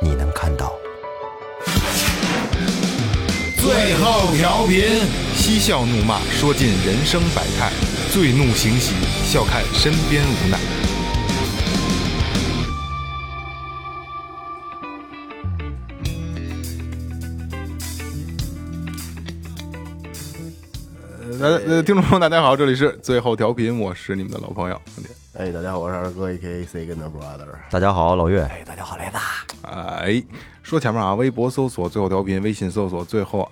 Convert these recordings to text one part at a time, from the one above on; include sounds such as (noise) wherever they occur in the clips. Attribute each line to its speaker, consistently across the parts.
Speaker 1: 你能看到。
Speaker 2: 最后调频，
Speaker 3: 嬉笑怒骂，说尽人生百态；醉怒行喜，笑看身边无奈。呃，呃听众朋友，大家好，这里是最后调频，我是你们的老朋友。
Speaker 4: 哎，大家好，我是二哥，A K A C 跟的 brother。
Speaker 1: 大家好，老岳，
Speaker 3: 哎，说前面啊，微博搜索最后调频，微信搜索最后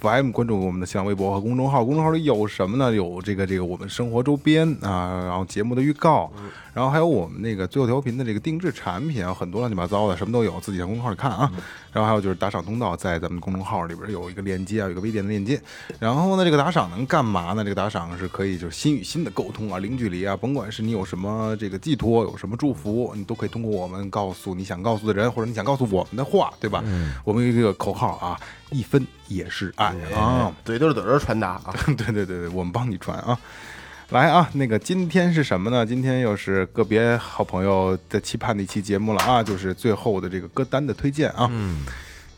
Speaker 3: FM，关注我们的新浪微博和公众号。公众号里有什么呢？有这个这个我们生活周边啊，然后节目的预告，然后还有我们那个最后调频的这个定制产品啊，很多乱七八糟的，什么都有，自己上公众号里看啊。然后还有就是打赏通道，在咱们公众号里边有一个链接啊，有一个微店的链接。然后呢，这个打赏能干嘛呢？这个打赏是可以就是心与心的沟通啊，零距离啊，甭管是你有什么这个寄托，有什么祝福，你都可以通过我们告诉你想告诉的人，或者你想告诉我们的话，对吧？我们有一个口号啊，一分也是爱啊。 (laughs)
Speaker 4: 怼对怼着传达啊，
Speaker 3: 对对对对，我们帮你传啊。来啊，那个今天是什么呢？今天又是个别好朋友在期盼的一期节目了啊，就是最后的这个歌单的推荐啊。嗯，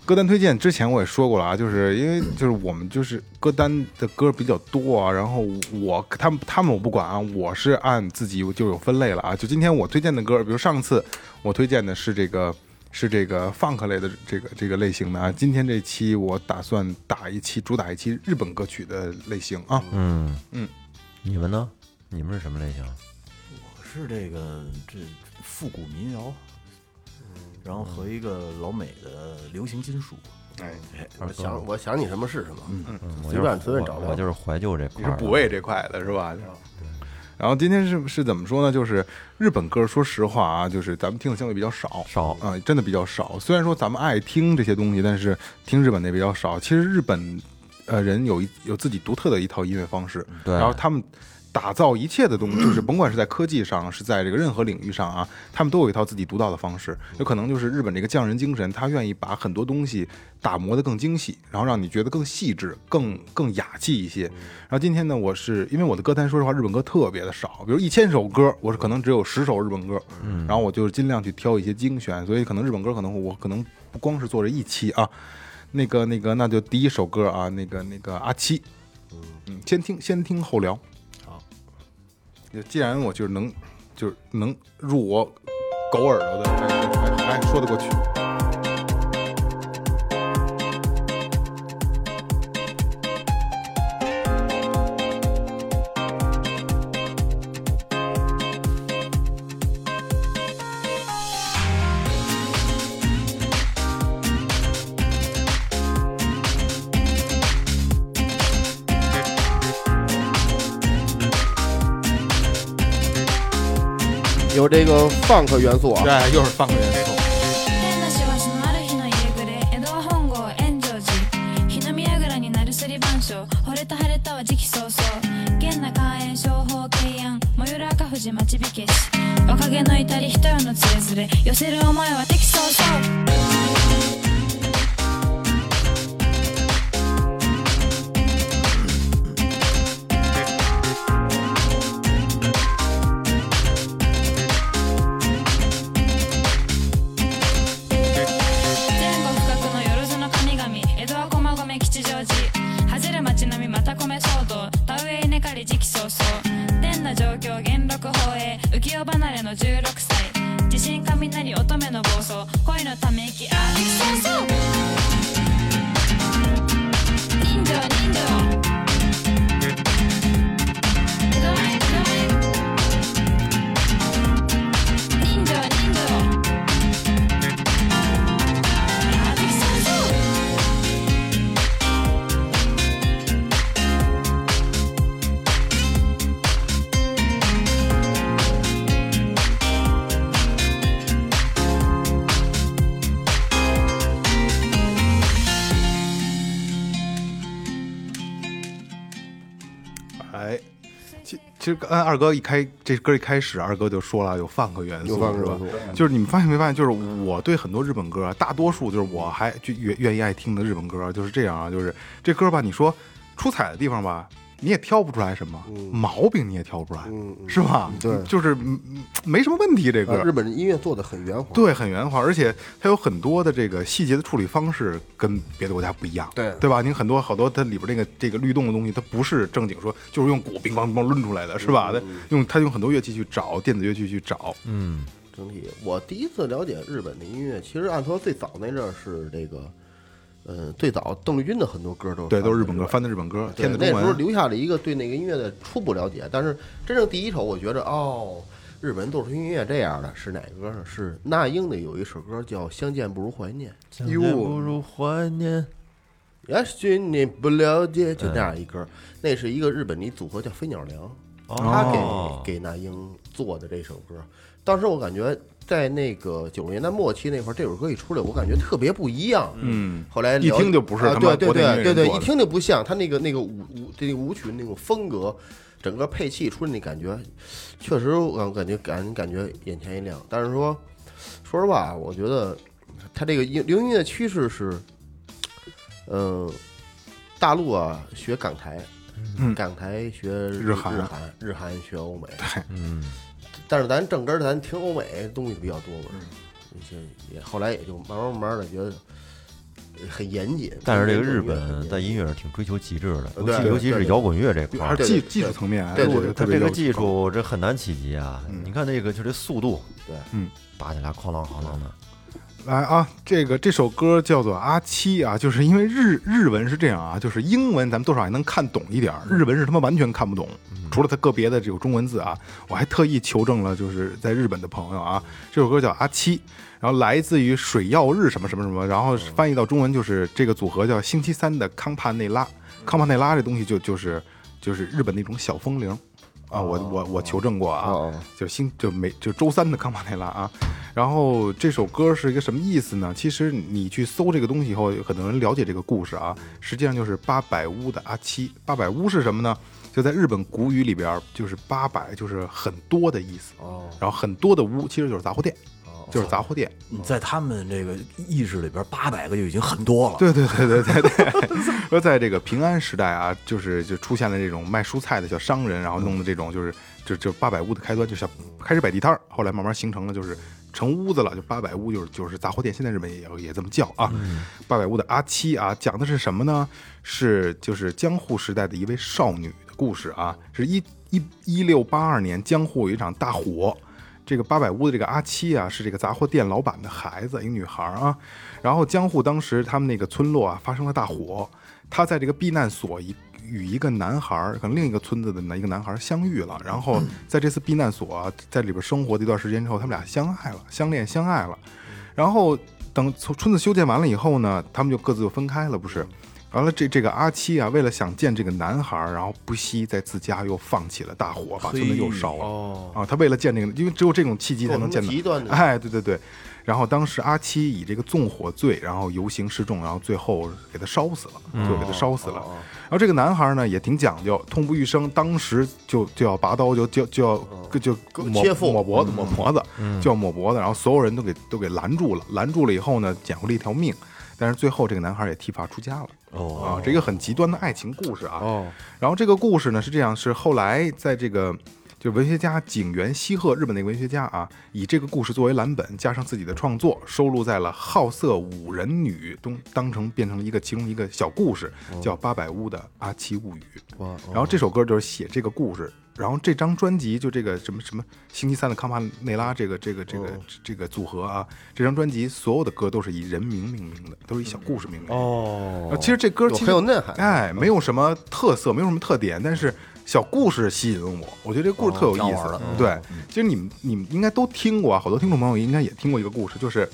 Speaker 3: 歌单推荐之前我也说过了啊，就是因为就是我们就是歌单的歌比较多啊，然后我他们他们我不管啊，我是按自己就有分类了啊。就今天我推荐的歌，比如上次我推荐的是这个。是这个 funk 类的这个这个类型的啊，今天这期我打算打一期主打一期日本歌曲的类型啊，
Speaker 1: 嗯嗯，你们呢？你们是什么类型？
Speaker 5: 我是这个这复古民谣，
Speaker 6: 嗯
Speaker 5: 然后和一个老美的流行金属。
Speaker 4: 哎我想我想你什么是什么，
Speaker 1: 嗯，我
Speaker 4: 随
Speaker 1: 就
Speaker 4: 便
Speaker 1: 是
Speaker 4: 随便找
Speaker 1: 我我
Speaker 4: 找。
Speaker 1: 就是怀旧这块
Speaker 3: 你
Speaker 1: 儿的，
Speaker 3: 是补位这块的是吧？然后今天是是怎么说呢？就是日本歌，说实话啊，就是咱们听的相对比较少，
Speaker 1: 少
Speaker 3: 啊、真的比较少。虽然说咱们爱听这些东西，但是听日本的比较少。其实日本呃人有一有自己独特的一套音乐方式，
Speaker 1: 对
Speaker 3: 然后他们打造一切的东西，就是甭管是在科技上，是在这个任何领域上啊，他们都有一套自己独到的方式。有可能就是日本这个匠人精神，他愿意把很多东西打磨得更精细，然后让你觉得更细致、更更雅气一些。然后今天呢，我是因为我的歌单，说实话，日本歌特别的少，比如一千首歌，我是可能只有十首日本歌，然后我就是尽量去挑一些精选，所以可能日本歌可能我可能不光是做这一期啊。那个那个，那就第一首歌啊，那个那个阿七，嗯，先听先听后聊。好，既然我就是能，就是能入我狗耳朵的，哎还还还还说得过去。
Speaker 4: 有这个 funk 元素啊，
Speaker 3: 对，又是放个元素。
Speaker 7: 変な師走のある日の夕暮れ江戸は本郷炎上寺日の宮倉になるすり番所惚れた晴れたは時期早々現な肝炎商法慶安最寄る赤富士町火消し若気の至り人よのつれづれ寄せる思いは敵早々前後不覚のよろずの神々江戸は駒込吉祥寺恥じる町並みまた米騒動田植え稲刈り時期早々天な状況元禄放映浮世離れの16歳地震雷乙女の暴走恋のため息あー時期早々人情人情江戸前江戸前人情人情あー時期早々
Speaker 3: 哎，哎，其其实刚才二哥一开这歌一开始，二哥就说了有放克元素，
Speaker 4: 有放克
Speaker 3: 是吧
Speaker 4: 元素？
Speaker 3: 就是你们发现没发现？就是我对很多日本歌啊，大多数就是我还就愿愿意爱听的日本歌啊就是这样啊，就是这歌吧，你说出彩的地方吧。你也挑不出来什么、毛病，你也挑不出来，是吧？
Speaker 4: 嗯对
Speaker 3: 就是嗯没什么问题。这歌、
Speaker 4: 啊日本音乐做的很圆滑，
Speaker 3: 对，很原话，而且它有很多的这个细节的处理方式跟别的国家不一样，
Speaker 4: 对
Speaker 3: 对吧？你很多好多它里边那个这个律动的东西，它不是正经说就是用鼓乒乓乓抡出来的，是吧？
Speaker 4: 嗯
Speaker 3: 它用它用很多乐器去找电子乐器去找，
Speaker 5: 嗯，
Speaker 4: 整体，我第一次了解日本的音乐，其实按说最早那阵儿是这个，嗯，最早邓丽君的很多歌都
Speaker 3: 对，都是日
Speaker 4: 翻译过
Speaker 3: 本歌
Speaker 4: 来的
Speaker 3: 翻的日本歌，
Speaker 4: 对
Speaker 3: 填的
Speaker 4: 那
Speaker 3: 中
Speaker 4: 时候
Speaker 3: 文。
Speaker 4: 留下了一个对那个音乐的初步了解，但是真正第一首，我觉着哦，日本做出音乐这样的是哪个歌呢？是那英的有一首歌叫《相见不如怀念
Speaker 5: 相见不如怀念。》，
Speaker 4: 也许你不了解，就那样一歌，那是一个日本的组合叫飞鸟梁，他
Speaker 5: 哦
Speaker 4: 给给那英做的这首歌，当时我感觉在那个九十年代末期那块儿，这首歌一出来，我感觉特别不一样，
Speaker 3: 嗯，
Speaker 4: 后来了
Speaker 3: 一听就不是
Speaker 4: 啊
Speaker 3: 他
Speaker 4: 对
Speaker 3: 妈
Speaker 4: 对
Speaker 3: 国内音乐
Speaker 4: 对对对，
Speaker 3: 人做
Speaker 4: 一
Speaker 3: 的
Speaker 4: 听就不像他那个那个舞舞这个舞曲那种风格，整个配器出来那感觉，确实我感感觉感感觉眼前一亮。但是说，说实话，我觉得他这个音流行音乐趋势是，嗯、大陆啊学港台，
Speaker 3: 嗯
Speaker 4: 港台学
Speaker 3: 日韩
Speaker 4: 日韩日韩学欧美，
Speaker 5: 嗯，
Speaker 4: 但是咱正根儿咱听欧美东西比较多嘛，那些也后来也就慢慢慢慢的觉得很严谨。
Speaker 1: 但是这个日
Speaker 4: 很严
Speaker 1: 本
Speaker 4: 谨
Speaker 1: 在音乐上挺追求极致的，
Speaker 4: 对
Speaker 1: 尤其
Speaker 4: 对
Speaker 1: 尤其
Speaker 4: 对
Speaker 1: 是
Speaker 4: 对
Speaker 1: 摇滚乐这块
Speaker 3: 还
Speaker 1: 儿
Speaker 3: 是
Speaker 4: (laughs) 对，
Speaker 3: 技
Speaker 4: 对
Speaker 3: 技术层面，哎
Speaker 4: 对对
Speaker 3: 我觉
Speaker 4: 对
Speaker 3: 得特
Speaker 1: 它
Speaker 3: 别
Speaker 1: 这个
Speaker 3: 有
Speaker 1: 技术这很难企及啊。
Speaker 3: 嗯
Speaker 1: 你看这个就这速度，
Speaker 4: 对
Speaker 3: 嗯，
Speaker 1: 打起来哐啷哐啷的，
Speaker 3: 来啊，这个这首歌叫做《阿七》啊，就是因为日日文是这样啊，就是英文咱们多少还能看懂一点儿，日文是他妈完全看不懂，除了它个别的这个中文字啊，我还特意求证了，就是在日本的朋友啊，这首歌叫《阿七》，然后来自于水曜日什么什么什么，然后翻译到中文就是这个组合叫星期三的康帕内拉，康帕内拉这东西就就是就是日本的一种小风铃啊，我我我求证过啊，
Speaker 4: 哦
Speaker 3: 就星就每就周三的康帕内拉啊。然后这首歌是一个什么意思呢？其实你去搜这个东西以后，有很多人了解这个故事啊。实际上就是八百屋的阿七。八百屋是什么呢？就在日本古语里边儿，就是八百就是很多的意思，
Speaker 4: 哦
Speaker 3: 然后很多的屋其实就是杂货店，就是杂货店。
Speaker 5: 你
Speaker 6: 嗯
Speaker 5: 在他们这个意识里边，八百个就已经很多了。，
Speaker 3: 对对对对对对。 (laughs) 说在这个平安时代啊，就是就出现了这种卖蔬菜的小商人，然后弄的这种就是就就八百屋的开端，就小开始摆地摊儿，后来慢慢形成了就是成屋子了，就八百屋就是就是杂货店，现在日本也也这么叫啊。八百屋的阿七啊，讲的是什么呢？是就是江户时代的一位少女的故事啊，是一一一六八二年江户有一场大火。这个八百屋的这个阿七啊，是这个杂货店老板的孩子，一个女孩儿啊。然后江户当时他们那个村落啊发生了大火，她在这个避难所一与一个男孩儿，可能另一个村子的一个男孩儿相遇了。然后在这次避难所啊，在里边生活的一段时间之后，他们俩相爱了，相恋相爱了。然后等村村子修建完了以后呢，他们就各自就分开了，不是？完了，这这个阿七啊，为了想见这个男孩儿，然后不惜在自家又放起了大火，把村子又烧了。
Speaker 4: 哦，
Speaker 3: 啊，他为了见这个，因为只有这种契机才能见
Speaker 4: 够
Speaker 3: 到
Speaker 4: 极端的
Speaker 3: 哎，对对对。然后当时阿七以这个纵火罪，然后游行示众，然后最后给他烧死
Speaker 4: 嗯
Speaker 3: 了，就给他烧死了。
Speaker 4: 哦
Speaker 3: 然后这个男孩呢也挺讲究，痛不欲生，当时就就要拔刀，就就就要就
Speaker 4: 哦割
Speaker 3: 抹
Speaker 4: 切腹嗯
Speaker 3: 抹脖子，抹脖子，就要抹脖子。然后所有人都给都给拦住了，拦住了以后呢，捡回了一条命。但是最后这个男孩也剃发出家了。
Speaker 5: 哦，
Speaker 3: 啊，这一个很极端的爱情故事啊。哦，然后这个故事呢是这样，是后来在这个就文学家井原西鹤，日本那个文学家啊，以这个故事作为蓝本，加上自己的创作，收录在了《好色五人女》中，当成变成了一个其中一个小故事，叫《八百屋的阿七物语》。然后这首歌就是写这个故事。然后这张专辑就这个什么什么星期三的康帕内拉这个这个这个这个组合啊，这张专辑所有的歌都是以人名命名的，都是以小故事命名的。
Speaker 4: 哦
Speaker 3: 啊，其实这歌
Speaker 4: 有
Speaker 3: 其实
Speaker 4: 很有内涵
Speaker 3: 哎，没有什么特色，没有什么特点，但是小故事吸引我，我觉得这故事
Speaker 4: 哦
Speaker 3: 特有意
Speaker 5: 挺好
Speaker 3: 思。
Speaker 5: 玩的
Speaker 3: 对，
Speaker 4: 嗯
Speaker 3: 其实你们你们应该都听过啊，好多听众朋友应该也听过一个故事，就是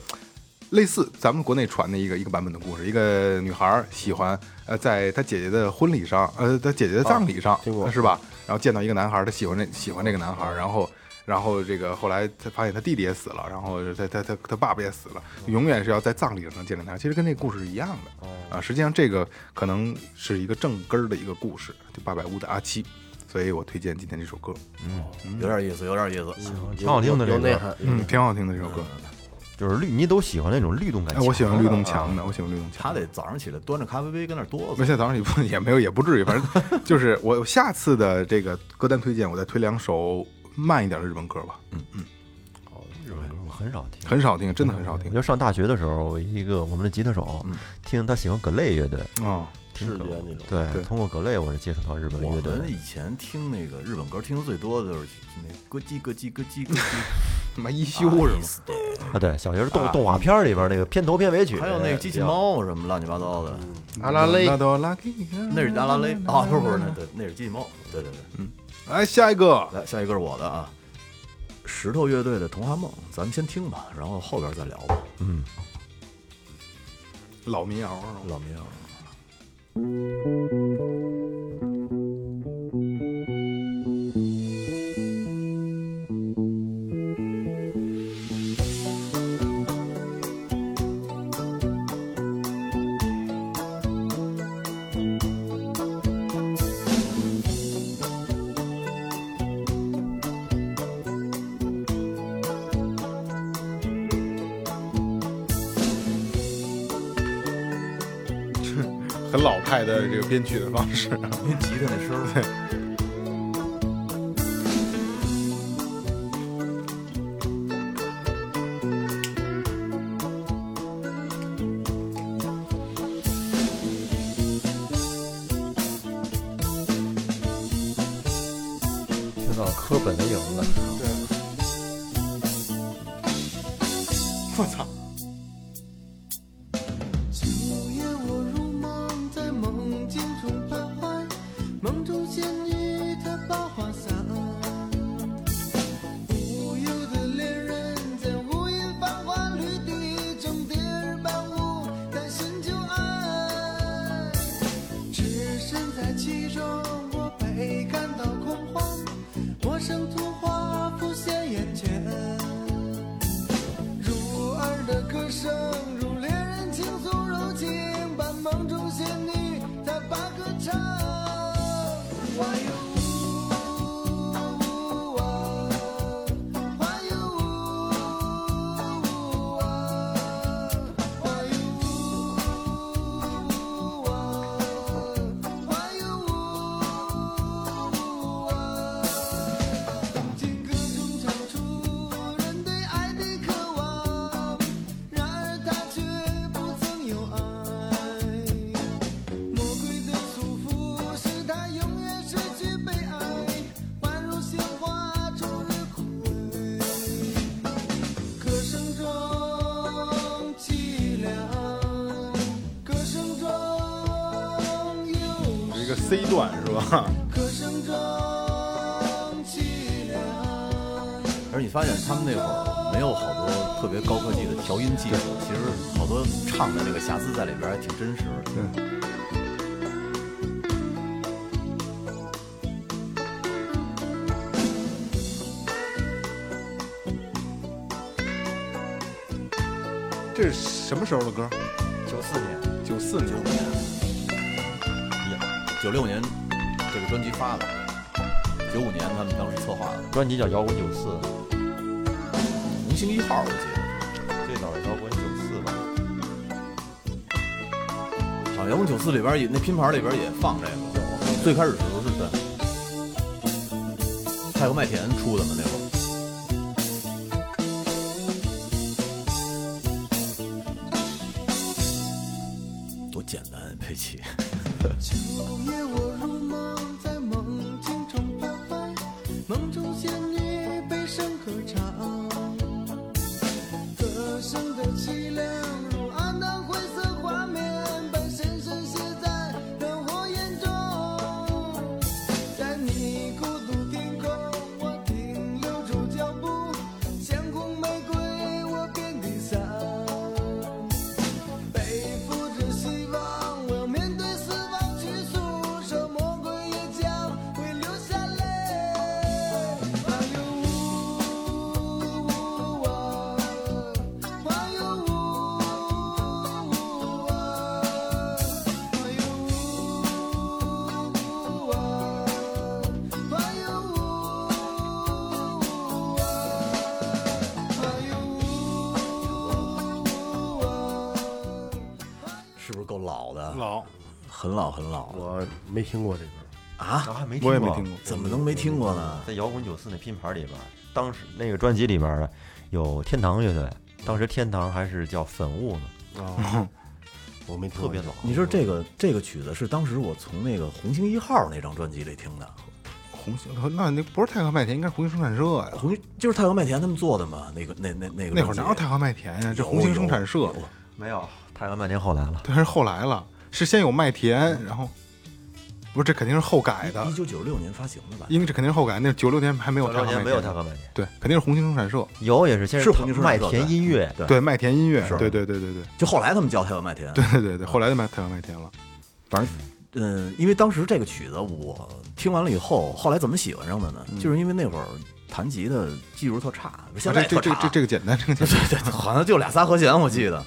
Speaker 3: 类似咱们国内传的一个一个版本的故事，一个女孩儿喜欢呃，在她姐姐的婚礼上，呃，她姐姐的葬礼上，
Speaker 4: 听过
Speaker 3: 是吧？然后见到一个男孩儿，她喜欢那喜欢这个男孩儿，然后。然后这个后来她发现她弟弟也死了，然后她她她她爸爸也死了，永远是要在葬礼上见着他。其实跟那个故事是一样的啊。实际上这个可能是一个正根儿的一个故事，就八百屋的阿七。所以我推荐今天这首歌，
Speaker 8: 有点意思，有点意思。
Speaker 9: 挺
Speaker 6: 好听的这
Speaker 9: 有
Speaker 6: 歌
Speaker 9: 内涵。
Speaker 3: 嗯，挺好听的这首歌。
Speaker 6: 就是律你都喜欢那种律动感嗯
Speaker 3: 哎，
Speaker 6: 强的。
Speaker 3: 我喜欢律动强的，我喜欢律动强的。
Speaker 8: 他得早上起来端着咖啡杯跟那儿哆
Speaker 3: 那
Speaker 8: 嗦。
Speaker 3: 现在早上也不 (laughs) 也没有也不至于，反正就是我下次的这个歌单推荐，我再推两首慢一点的日本歌吧，
Speaker 6: 日本歌我很少听。
Speaker 3: 很少听，真的很少
Speaker 6: 我
Speaker 3: 听嗯
Speaker 6: 觉得上大学的时候，我一个我们的吉他手，听他喜欢葛类乐队，
Speaker 3: 啊。
Speaker 6: 听
Speaker 9: 视
Speaker 6: 葛
Speaker 9: 觉那种
Speaker 6: 对，
Speaker 3: 对
Speaker 6: 通过葛类我是接触到日本
Speaker 8: 我
Speaker 6: 乐队的
Speaker 8: 们。以前听那个日本歌听的最多的就是那咯叽咯叽咯
Speaker 6: (laughs)
Speaker 8: 叽咯叽，
Speaker 3: 他妈一休是吗？
Speaker 8: 吧？
Speaker 6: 啊，对，小学是动动画片里边那个片头片尾曲，哎
Speaker 8: 还有那个机器猫什么乱七八糟的，
Speaker 6: 嗯
Speaker 9: 阿拉蕾，
Speaker 8: 那是阿拉蕾啊，不是不是，那对那是机器猫，对对对。
Speaker 3: 来哎下一个，
Speaker 8: 来，下一个是我的啊，石头乐队的《童话梦》，咱们先听吧，然后后边再聊吧。
Speaker 3: 老民谣是吗
Speaker 8: 老民谣，
Speaker 3: 很老派的这个编曲的方式。
Speaker 8: 因为吉他那声儿，
Speaker 9: 听到科本的影子，
Speaker 3: (laughs) 我操！
Speaker 10: 今夜我入梦，在梦境中徘徊，梦中仙女她把花伞，无忧的恋人在无垠繁华绿地中蝶儿伴舞，但心就爱，置身在其中，我被感到恐慌，陌生图画浮现眼前。入耳的歌声，如恋人倾诉柔情，把梦中仙女她把歌唱。哇哟啊呜哇，哇哟呜哇，哇哟呜哇，哇哟啊呜哇。情歌中唱出人对爱的渴望，然而他却不曾有爱。魔鬼的束缚使他永远失去被爱，宛如鲜花终日枯萎。歌声中凄凉，歌声中忧
Speaker 3: 这个 C 段是吧？
Speaker 10: 歌声中凄凉。
Speaker 8: (laughs) 而你发现他们那会儿没有好多特别高科技的调音技术，其实好多唱的那个瑕疵在里边还挺真实的。
Speaker 3: 这是什么时候的歌？
Speaker 8: 九四年、
Speaker 3: 九四年。
Speaker 8: 九六年这个专辑发的，九五年他们当时策划的
Speaker 6: 专辑叫《摇滚九四》，
Speaker 8: 《红星一号》，我记得
Speaker 6: 最早是摇滚九四吧。
Speaker 8: 是啊好像摇滚九四里边也那拼盘里边也放这个，最开始的时候是在太和麦田出的嘛那会儿。多简单，啊佩奇。
Speaker 10: 秋夜我入梦，在梦境中徘徊，梦中仙女悲声歌唱，歌声的凄凉如暗淡灰色画面，被深深写在灯火眼中。在你孤独天空，我停留着
Speaker 8: 呀？
Speaker 11: 老
Speaker 8: 很老很老了
Speaker 4: 我没听过这歌，
Speaker 8: 啊，
Speaker 6: 还没
Speaker 3: 我也没听过，
Speaker 8: 怎么能没听过呢？
Speaker 6: 在摇滚九四那拼盘里边儿，当时那个专辑里边儿的有天堂乐队，当时天堂还是叫粉雾呢，
Speaker 4: 我没听
Speaker 6: 特
Speaker 4: 过
Speaker 6: 别老。
Speaker 8: 你说这个这个曲子是当时我从那个红星一号那张专辑里听的，
Speaker 3: 红星，那那不是太和麦田，应该是红星生产社呀。
Speaker 8: 红星就是太阳麦田他们做的嘛，那个那那那个
Speaker 3: 那会儿
Speaker 8: 专
Speaker 3: 哪
Speaker 8: 辑
Speaker 3: 有太和麦田呀？这红星生产社，
Speaker 6: 没有，太阳半年后来了。
Speaker 3: 这还是后来了，是先有麦田，然后不是这肯定是后改的
Speaker 8: 一，九九六年发行的吧？
Speaker 3: 因为这肯定是后改。那九六年还没有
Speaker 6: 九
Speaker 3: 太
Speaker 6: 六
Speaker 3: 和
Speaker 6: 年
Speaker 3: 麦
Speaker 6: 没有太
Speaker 3: 田，
Speaker 6: 和半年，
Speaker 3: 对，肯定是红星生产社，
Speaker 6: 有也是先
Speaker 8: 是红牛车
Speaker 6: 麦
Speaker 8: 手
Speaker 6: 田
Speaker 8: 对
Speaker 6: 音乐，
Speaker 8: 对
Speaker 3: 对麦田音乐
Speaker 8: 是，哎
Speaker 3: 对对对对对
Speaker 8: 就后来他们叫太阳麦田。
Speaker 3: 对对对对，后来就卖太和麦田了。
Speaker 8: 反正，嗯，因为当时这个曲子我听完了以后，后来怎么喜欢上的呢？就是因为那会儿弹吉的技术特差，不是现
Speaker 3: 嗯啊
Speaker 8: 在
Speaker 3: 这
Speaker 8: 特
Speaker 3: 这
Speaker 8: 差啊，
Speaker 3: 这这这个简单，这个简
Speaker 8: (laughs)
Speaker 3: 单。
Speaker 8: 对对，好像就俩仨和弦，我记得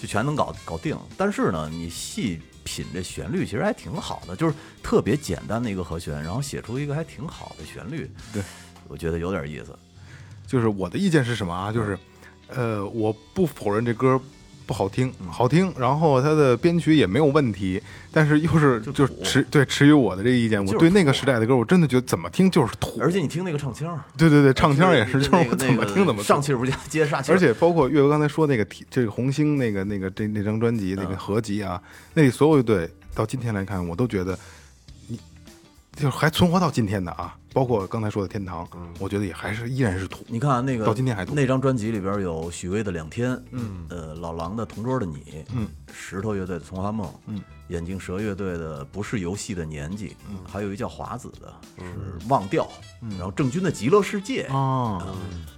Speaker 8: 就全能搞搞定。但是呢，你细品这旋律，其实还挺好的，就是特别简单的一个和弦，然后写出一个还挺好的旋律。
Speaker 3: 对，
Speaker 8: 我觉得有点意思。
Speaker 3: 就是我的意见是什么啊？
Speaker 8: 嗯
Speaker 3: 就是，呃，我不否认这歌不好听，
Speaker 8: 嗯
Speaker 3: 好听，然后它的编曲也没有问题，但是又是
Speaker 8: 就
Speaker 3: 就
Speaker 8: 土
Speaker 3: 持对持于我的这个意见，
Speaker 8: 就是
Speaker 3: 我对那个
Speaker 8: 土
Speaker 3: 时代的歌，我真的觉得怎么听就是土，
Speaker 8: 而且你听那个唱腔儿，
Speaker 3: 对对对，唱腔也是，就是
Speaker 8: 那
Speaker 3: 我
Speaker 8: 个
Speaker 3: 怎么
Speaker 8: 那个
Speaker 3: 听怎么
Speaker 8: 上
Speaker 3: 去。
Speaker 8: 气儿不接接下气儿，
Speaker 3: 而且包括岳哥刚才说那个题这个红星那个那个这那张专辑那个合集啊，那里所有乐队到今天来看，我都觉得你就是还存活到今天的啊，包括刚才说的天堂，我觉得也还是依然是土。
Speaker 8: 你看那个
Speaker 3: 到今天还多
Speaker 8: 那张专辑里边有许巍的《两天》，嗯，呃，老狼的《同桌的你》，嗯，石头乐队的《童话梦》，嗯，眼镜蛇乐队的《不是游戏的年纪》，嗯，还有一叫华子的
Speaker 3: 嗯
Speaker 8: 是《忘掉》，然后郑钧的《极乐世界》，
Speaker 3: 哦，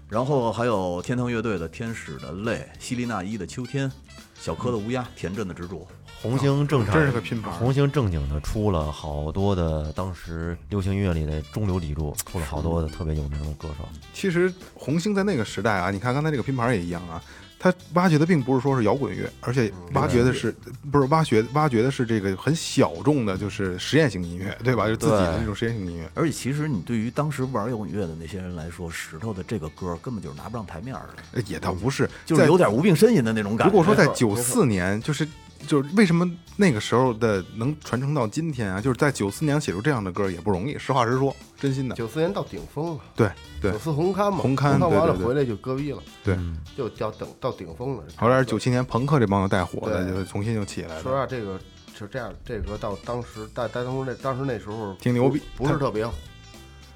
Speaker 8: 然后还有天堂乐队的《天使的泪》，希利娜伊的《秋天》，小柯的《乌鸦》，田震的《执着》，
Speaker 6: 红星正常，
Speaker 3: 真是个拼盘
Speaker 6: 红星正经的出了好多的当时流行音乐里的中流砥柱，出了好多的特别有名的歌手。
Speaker 3: 其实红星在那个时代啊，你看刚才这个拼盘也一样啊，他挖掘的并不是说是摇滚乐，而且挖掘的是不是挖掘挖掘的是这个很小众的，就是实验性音乐，对吧？就是自己的
Speaker 6: 对
Speaker 3: 那种实验性音乐。
Speaker 8: 而且其实你对于当时玩摇滚乐的那些人来说，石头的这个歌根本就是拿不上台面儿的，
Speaker 3: 呃也倒不是，
Speaker 8: 就是
Speaker 3: 在
Speaker 8: 有点无病呻吟的那种感觉。
Speaker 3: 如果说在
Speaker 4: 没错
Speaker 3: 九四年，就是就是为什么那个时候的能传承到今天啊？就是在九四年写出这样的歌也不容易，实话实说，真心的。
Speaker 4: 九四年到顶峰了，啊
Speaker 3: 对对
Speaker 4: 九，四红刊嘛，
Speaker 3: 红刊
Speaker 4: 红刊完了
Speaker 3: 对对对
Speaker 4: 回来就戈壁了，
Speaker 3: 对，
Speaker 6: 嗯
Speaker 4: 就到顶到顶峰了。
Speaker 3: 后来是九七年朋克这帮子带火的，
Speaker 4: 对
Speaker 3: 就重新就起来
Speaker 4: 说实
Speaker 6: 啊
Speaker 3: 了。
Speaker 4: 话，这个是这样，这个到当时在在当时那当时那时候
Speaker 3: 挺牛逼
Speaker 4: 不不是
Speaker 3: 他
Speaker 4: 特别火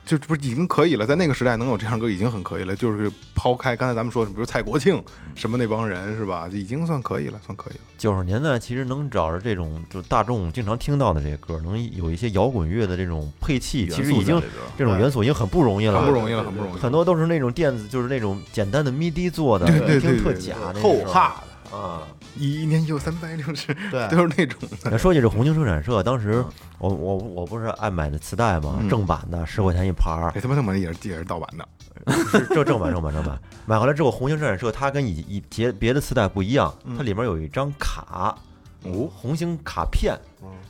Speaker 3: 就不是已经可以了，在那个时代能有这样歌已经很可以了。就是抛开刚才咱们说的，比如蔡国庆
Speaker 6: 嗯
Speaker 3: 什么那帮人是吧，就已经算可以了，算可以了。
Speaker 6: 九十年代其实能找着这种就大众经常听到的这些歌，能有一些摇滚乐的这种配器，
Speaker 8: 元
Speaker 6: 其实
Speaker 8: 素
Speaker 6: 已经
Speaker 8: 在里边
Speaker 6: 这种元素已经很不容易了，
Speaker 3: 很不容易了很不容易了
Speaker 6: 很多都是那种电子，就是那种简单的 MIDI 做的，
Speaker 3: 对对对
Speaker 6: 一听特
Speaker 3: 对对
Speaker 6: 假那个
Speaker 4: 后
Speaker 6: 时候
Speaker 4: 哈的啊，
Speaker 3: 一一年有三百六十，
Speaker 4: 对
Speaker 3: 都是那种的。
Speaker 6: 那说起这红星生产社，当
Speaker 3: 嗯
Speaker 6: 时我我我不是爱买的磁带嘛，正版的十块钱一盘儿
Speaker 3: 哎，，他妈他妈也是也是盗版的，
Speaker 6: 是这正版正版正版。买回来之后，红星生产社它跟以以别别的磁带不一样，它里面有一张卡，
Speaker 3: 嗯哦嗯
Speaker 6: 红星卡片。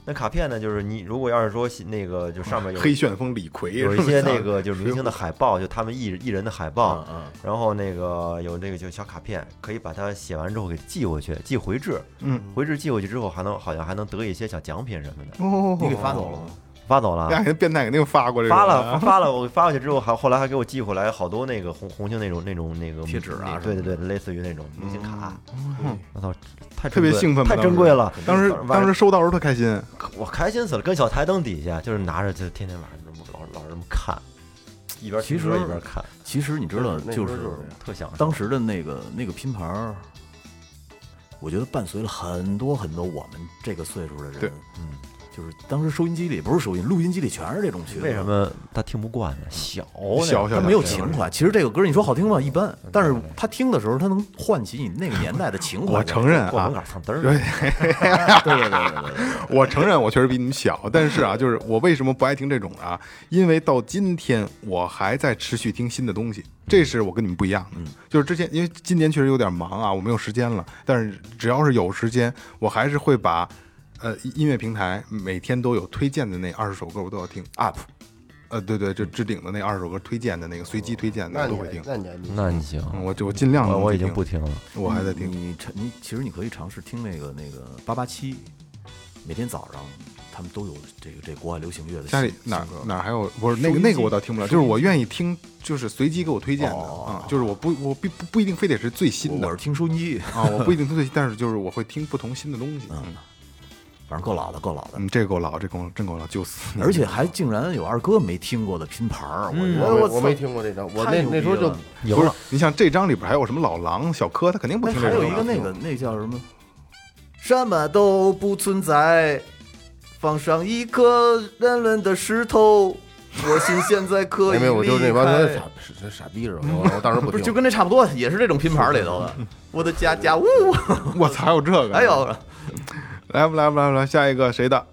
Speaker 6: 那卡片呢，就是你如果要是说那个就上面有
Speaker 3: 啊黑旋风李逵
Speaker 6: 有一些那个就是明星
Speaker 3: 的
Speaker 6: 的海报，就他们艺艺人的海报，
Speaker 8: 嗯
Speaker 6: 然后那个有那个就是小卡片，可以把它写完之后给寄回去，寄回执，
Speaker 3: 嗯，
Speaker 6: 回执寄回去之后还能好像还能得一些小奖品什么的，
Speaker 3: 哦，
Speaker 8: 你给发走了吗？
Speaker 6: 发走了
Speaker 3: 那。人变态肯定发过这种
Speaker 6: 发
Speaker 3: 的
Speaker 6: 了
Speaker 3: 啊
Speaker 6: 发了，我发过去之后，还后来还给我寄回来好多那个红红星那种那种那个
Speaker 8: 贴纸啊
Speaker 6: 那
Speaker 8: 什
Speaker 6: 对
Speaker 8: 么
Speaker 6: 对
Speaker 8: 的
Speaker 6: 对，类似于那种明星卡。我操，太
Speaker 3: 特别
Speaker 6: 珍贵
Speaker 3: 兴奋吧
Speaker 6: 太
Speaker 3: 当时
Speaker 6: 珍贵了。
Speaker 3: 当时
Speaker 6: 晚
Speaker 3: 当时收到时候特开心，
Speaker 6: 我开心死了，跟小台灯底下就是拿着，就天天晚上这么老老是这么看，一边听
Speaker 8: 其实
Speaker 6: 歌一边看，
Speaker 8: 其实你知道，就是
Speaker 6: 特享受。
Speaker 8: 当时的那个那个拼盘儿，我觉得伴随了很多很多我们这个岁数的人
Speaker 3: 对，
Speaker 6: 嗯，
Speaker 8: 就是当时收音机里不是收音，录音机里全是这种曲子。
Speaker 6: 为什？么他听不惯呢？小
Speaker 3: 小
Speaker 8: 他
Speaker 3: 小
Speaker 8: 没有情怀。其实这个歌你说好听吧，一般，但是他听的时候，他能唤起你那个年代的情怀。
Speaker 3: 我承认
Speaker 6: 过门
Speaker 3: 啊，
Speaker 6: 槛上嘚儿，
Speaker 8: 对对对对
Speaker 6: (laughs)
Speaker 8: 对，
Speaker 3: 我承认我确实比你们小，但是啊， (laughs) 就是我为什么不爱听这种的啊？因为到今天我还在持续听新的东
Speaker 6: 嗯
Speaker 3: 西，这是我跟你们不一样的。就是之前因为今年确实有点忙啊，我没有时间了，但是只要是有时间，我还是会把。呃，音乐平台每天都有推荐的那二十首歌，我都要听。
Speaker 8: up
Speaker 3: 呃，对对，就置顶的那二十首歌推荐的那个随机推荐的，
Speaker 4: 那
Speaker 6: 哦
Speaker 3: 我
Speaker 4: 你
Speaker 3: 都会听。
Speaker 4: 那你还厉害
Speaker 6: 那你行，
Speaker 3: 嗯我就我尽量
Speaker 6: 我
Speaker 3: 能
Speaker 6: 哦我
Speaker 3: 去
Speaker 6: 已经
Speaker 3: 听
Speaker 6: 不听了。
Speaker 3: 我还在听。
Speaker 8: 你你你，其实你可以尝试听那个那个八八七。每天早上他们都有这个这国外流行乐的
Speaker 3: 家里
Speaker 8: 新
Speaker 3: 哪
Speaker 8: 新歌
Speaker 3: 哪还有不是那个那个我倒听不了，就是我愿意听，就是随机给我推荐的
Speaker 8: 哦
Speaker 3: 啊，就是我不我不不不一定非得是最新
Speaker 8: 我
Speaker 3: 的
Speaker 8: 我是听收音机，
Speaker 3: 啊，我不一定听最新，但是就是我会听不同新的东西。嗯
Speaker 8: 反正够老的，够老的。
Speaker 3: 嗯，这够老，这够真够老，九四年
Speaker 8: 而且还竟然有二哥没听过的拼盘儿，我
Speaker 4: 我
Speaker 8: 嗯我
Speaker 4: 没我没听过这张，我那
Speaker 8: 太牛逼
Speaker 4: 那时候就
Speaker 8: 了
Speaker 6: 有
Speaker 3: 不是你像这张里边还有什么老狼、小柯，他肯定不
Speaker 8: 那
Speaker 3: 听
Speaker 8: 还
Speaker 3: 这
Speaker 8: 有一个
Speaker 3: 个。
Speaker 8: 那个那叫什么？什么都不存在，放上一颗乱乱的石头，我心现在可以
Speaker 4: 因
Speaker 3: (laughs)
Speaker 4: 为我就是那
Speaker 8: 离
Speaker 4: 帮
Speaker 8: 开
Speaker 4: 人傻傻傻逼似的，我我当时不
Speaker 8: 不是
Speaker 4: 听
Speaker 8: (laughs) 就。跟那差不多，也是这种拼盘儿里
Speaker 3: (laughs)
Speaker 8: 头的。我的家哎家屋，
Speaker 3: 我操，还有这个！
Speaker 8: 还有
Speaker 3: 来不来不来不来，下一个谁的？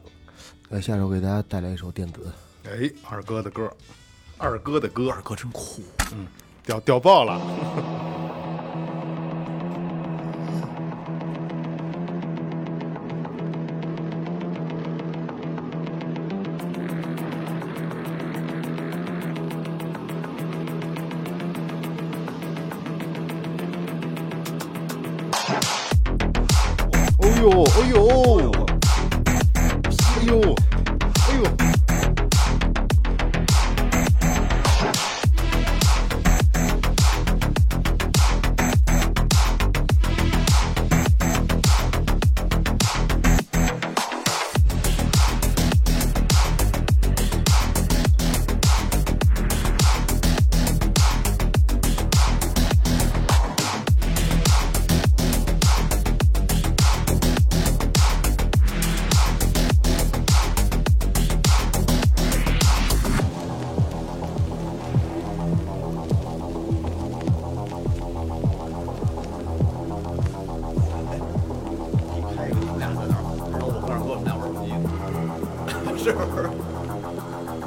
Speaker 4: 呃，下首给大家带来一首 (laughs) 电子，
Speaker 3: 哎，二哥的歌，二哥的歌
Speaker 8: 二哥真酷，
Speaker 3: 屌屌爆了！哎呦，哎呦，哎呦，哎呦！
Speaker 5: 然后我跟二哥我们俩玩手机，是不是？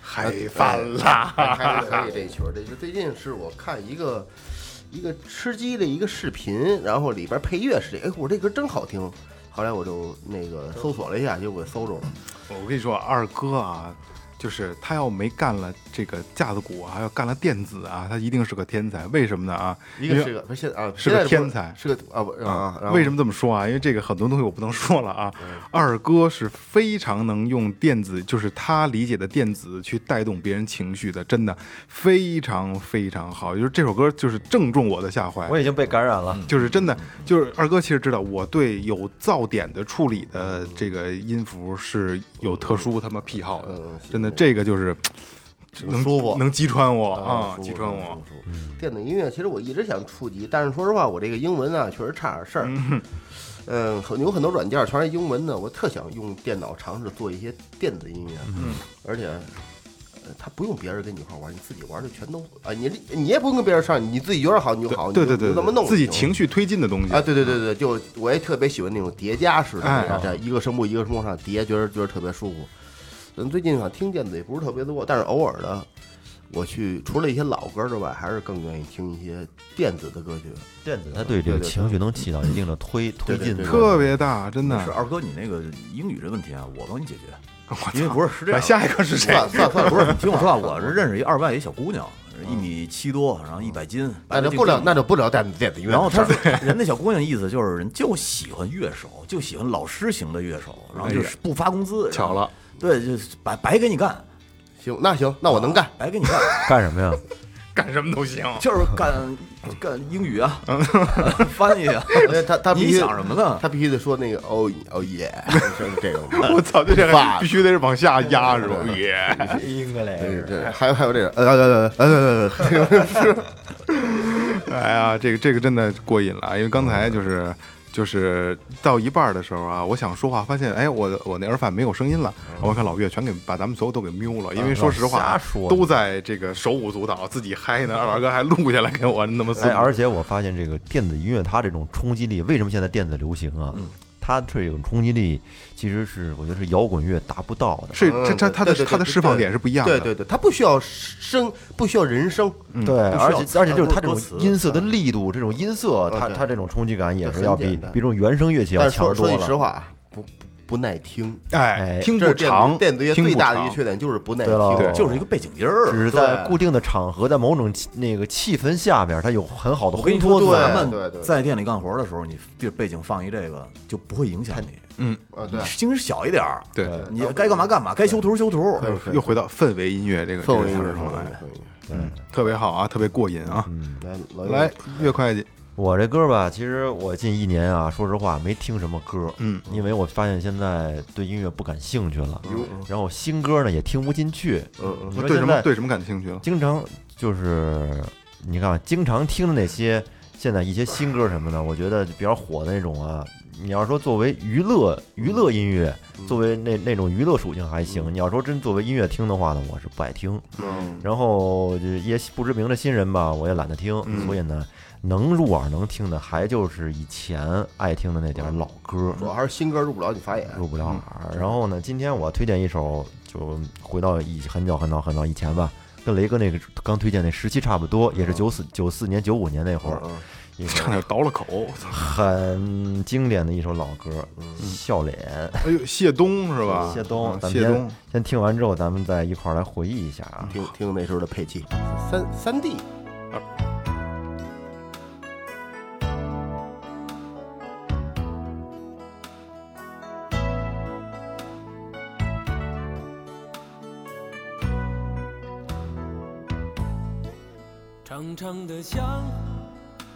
Speaker 3: 嗨翻啦！
Speaker 4: 还啊可以这曲儿，这是最近是我看一个一个吃鸡的一个视频，然后里边配乐是这，哎，我这歌真好听。后来我就那个搜索了一下，结果给搜着了。
Speaker 3: 我跟你说，二哥啊，就是他要没干了这个架子鼓啊，要干了电子啊，他一定是个天才。为什么呢啊？
Speaker 4: 一
Speaker 3: 因
Speaker 4: 个
Speaker 3: 为
Speaker 4: 是个不是现啊，
Speaker 3: 是
Speaker 4: 现在
Speaker 3: 个
Speaker 4: 不
Speaker 3: 天才
Speaker 4: 是个啊不啊啊，
Speaker 3: 为
Speaker 4: 么
Speaker 3: 什么这么说啊？因为这个很多东西我不能说了啊。
Speaker 4: 嗯
Speaker 3: 二哥是非常能用电子，就是他理解的电子去带动别人情绪的，真的非常非常好。就是这首歌就是正中我的下怀
Speaker 6: 我，已经被感染了。
Speaker 3: 就是真的就是二哥其实知道我对有噪点的处理的这个音符是有特殊他妈癖好的，真的这个就是
Speaker 4: 嗯
Speaker 3: 能
Speaker 4: 舒服嗯
Speaker 3: 能击穿我啊，
Speaker 4: 舒服
Speaker 3: 击穿我。
Speaker 4: 舒服嗯电子音乐其实我一直想触及，但是说实话，我这个英文啊确实差点事儿。 (laughs) 嗯，很有很多软件全是英文的，我特想用电脑尝试做一些电子音乐。嗯，而且。呃它不用别人跟你一块玩，你自己玩就全都啊，你你也不用跟别人上，你自己觉得好你就好，
Speaker 3: 对
Speaker 4: 你就
Speaker 3: 对对
Speaker 4: 你就这么弄
Speaker 3: 对，自己
Speaker 4: 就行
Speaker 3: 情绪推进的东西
Speaker 4: 啊，对对对对，就我也特别喜欢那种叠加式的
Speaker 3: 哎
Speaker 4: 那种，这样一个声部一个声部上叠，觉得觉得特别舒服。嗯，最近好像听电子也不是特别多，但是偶尔的，我去除了一些老歌之外，还是更愿意听一些电子的歌曲。
Speaker 6: 电子它对这个情绪能起到一定的推推进作用，
Speaker 3: 特别大，真的
Speaker 8: 是
Speaker 4: 啊
Speaker 8: 二哥，你那个英语这问题啊，我帮你解决。
Speaker 3: (laughs) 我
Speaker 8: 因为
Speaker 3: 操
Speaker 8: 不是是这
Speaker 3: 来
Speaker 8: 样，
Speaker 3: 下一个
Speaker 4: (laughs)
Speaker 3: 是谁？
Speaker 4: 算算算，不
Speaker 8: 不
Speaker 4: 是
Speaker 8: 是，你听我说啊，我是认识一二外一小姑娘，一米七多，然后一百斤，
Speaker 4: 那
Speaker 8: 白
Speaker 4: 就
Speaker 8: 净
Speaker 4: 不聊，
Speaker 8: 净
Speaker 4: 那就不聊电子电子音乐
Speaker 8: 然后
Speaker 4: 的事
Speaker 3: (laughs)
Speaker 8: 她
Speaker 4: 儿了。
Speaker 8: 人那小姑娘意思就是人就喜欢乐手，就喜欢老师型的乐手，然后
Speaker 3: 哎呀
Speaker 8: 就是不发工资，然后
Speaker 3: 巧了，
Speaker 8: 对，就是白白给你干，
Speaker 4: 行，那行，那我能干。
Speaker 8: 白给你干，
Speaker 6: 干什么呀？
Speaker 3: 干什么都行。 (laughs)
Speaker 8: 就是
Speaker 3: 嗯
Speaker 8: 干干英语啊， (laughs) 翻
Speaker 3: (laughs)
Speaker 8: 译啊，
Speaker 4: 而且他他必
Speaker 8: 你
Speaker 4: 须
Speaker 8: 想什么呢？
Speaker 4: 他必须得说那个哦哦耶，就是这种。
Speaker 3: 我操，这这
Speaker 4: (laughs) 哇
Speaker 3: 个必须得是往下压
Speaker 4: (laughs)
Speaker 3: 是吧？耶，
Speaker 6: 英格
Speaker 4: 对
Speaker 6: 雷
Speaker 4: 对，还有还有这个呃呃呃呃呃呃呃，
Speaker 3: (laughs) 哎呀，这个这个真的过瘾了，因为刚才就是。就是到一半的时候啊，我想说话，发现哎，我的我那耳返没有声音了。我看老岳全给把咱们所有都给瞄了，因为说实话啊
Speaker 6: 瞎说
Speaker 3: 都在这个手舞足蹈，自己嗨呢。二 (laughs) 老哥还录下来给我那么损
Speaker 6: 哎，，而且我发现这个电子音乐它这种冲击力，为什么现在电子流行啊？它这种冲击力其实是我觉得是摇滚乐达不到的。
Speaker 3: 是这这他的
Speaker 4: 对对对
Speaker 3: 他的
Speaker 4: 对
Speaker 3: 释放
Speaker 4: 对
Speaker 3: 点是不一样的。
Speaker 4: 对对对，他不需要声，不需要人声，
Speaker 6: 对，而且而且就是它这
Speaker 8: 歌
Speaker 6: 种
Speaker 8: 词
Speaker 6: 音色的力度，这种音色，它
Speaker 4: 对
Speaker 6: 它这种冲击感也
Speaker 4: 这
Speaker 6: 是
Speaker 4: 很
Speaker 6: 要比
Speaker 4: 简
Speaker 6: 比
Speaker 4: 单
Speaker 6: 这种原声乐器要
Speaker 4: 但是
Speaker 6: 强
Speaker 4: 说
Speaker 6: 得多
Speaker 4: 说句实
Speaker 6: 了。
Speaker 4: 话，啊，不不不耐听。
Speaker 3: 哎
Speaker 6: 哎，
Speaker 3: 听
Speaker 4: 这
Speaker 3: 不
Speaker 4: 是电
Speaker 3: 长，
Speaker 4: 子电子乐
Speaker 3: 听
Speaker 4: 最
Speaker 3: 不
Speaker 4: 大的一
Speaker 3: 长
Speaker 4: 个缺点就是不耐
Speaker 6: 对了
Speaker 4: 听
Speaker 6: 对。
Speaker 8: 就是一个背景音儿，
Speaker 6: 只是在固定的场合，在某种气那个气氛下面，它有很好的
Speaker 8: 我跟
Speaker 6: 烘
Speaker 8: 你说，
Speaker 6: 托作
Speaker 8: 咱
Speaker 6: 用。
Speaker 4: 对对
Speaker 8: 们在店里干活的时候，你这背景放一这个就不会影响你。
Speaker 4: 啊，对，
Speaker 8: 心声小一点儿，
Speaker 3: 嗯对，
Speaker 8: 你该干嘛干嘛，该修图修图。
Speaker 3: 又回到氛围音乐这个
Speaker 4: 氛围
Speaker 3: 这个词
Speaker 4: 是
Speaker 3: 儿上
Speaker 4: 氛
Speaker 3: 来
Speaker 4: 围。氛围
Speaker 3: 特别好啊，特别过瘾啊！
Speaker 4: 来老
Speaker 3: 来
Speaker 4: 岳，
Speaker 3: 岳会计，
Speaker 6: 我这歌吧，其实我近一年啊，说实话没听什么歌，
Speaker 3: 嗯，
Speaker 6: 因为我发现现在对音乐不感兴趣了，然后新歌呢也听不进去，
Speaker 4: 嗯嗯，
Speaker 6: 你说
Speaker 3: 对什
Speaker 6: 现
Speaker 3: 么
Speaker 6: 在
Speaker 3: 对什么感兴趣了？
Speaker 6: 经常就是你看啊，经常听的那些现在一些新歌什么的，我觉得比较火的那种啊，你要说作为娱乐娱乐音乐，
Speaker 8: 嗯
Speaker 6: 作为那那种娱乐属性还行，你要说真作为音乐听的话呢，我是不爱听。
Speaker 4: 嗯
Speaker 6: 然后就一些不知名的新人吧，我也懒得听，
Speaker 3: 嗯
Speaker 6: 所以呢，能入耳能听的还就是以前爱听的那点儿老歌，
Speaker 4: 主要还是新歌入不了你法眼。
Speaker 6: 入不了
Speaker 3: 嗯
Speaker 6: 耳。然后呢，今天我推荐一首，就回到以很早很早很早以前吧，跟雷哥那个刚推荐那时期差不多，
Speaker 3: 嗯
Speaker 6: 也是九四九四年九五年那会儿，一首
Speaker 3: (laughs) 差点倒了口，我操！
Speaker 6: 很经典的一首老歌，
Speaker 3: 嗯
Speaker 6: 《笑脸》。
Speaker 3: 哎呦，谢东是吧？
Speaker 6: 谢东，
Speaker 3: 嗯
Speaker 6: 咱们
Speaker 3: 谢东嗯
Speaker 6: 先，先听完之后，咱们再一块儿来回忆一下啊。
Speaker 4: 听听那时候的配器，三三 D，
Speaker 11: 长长的想，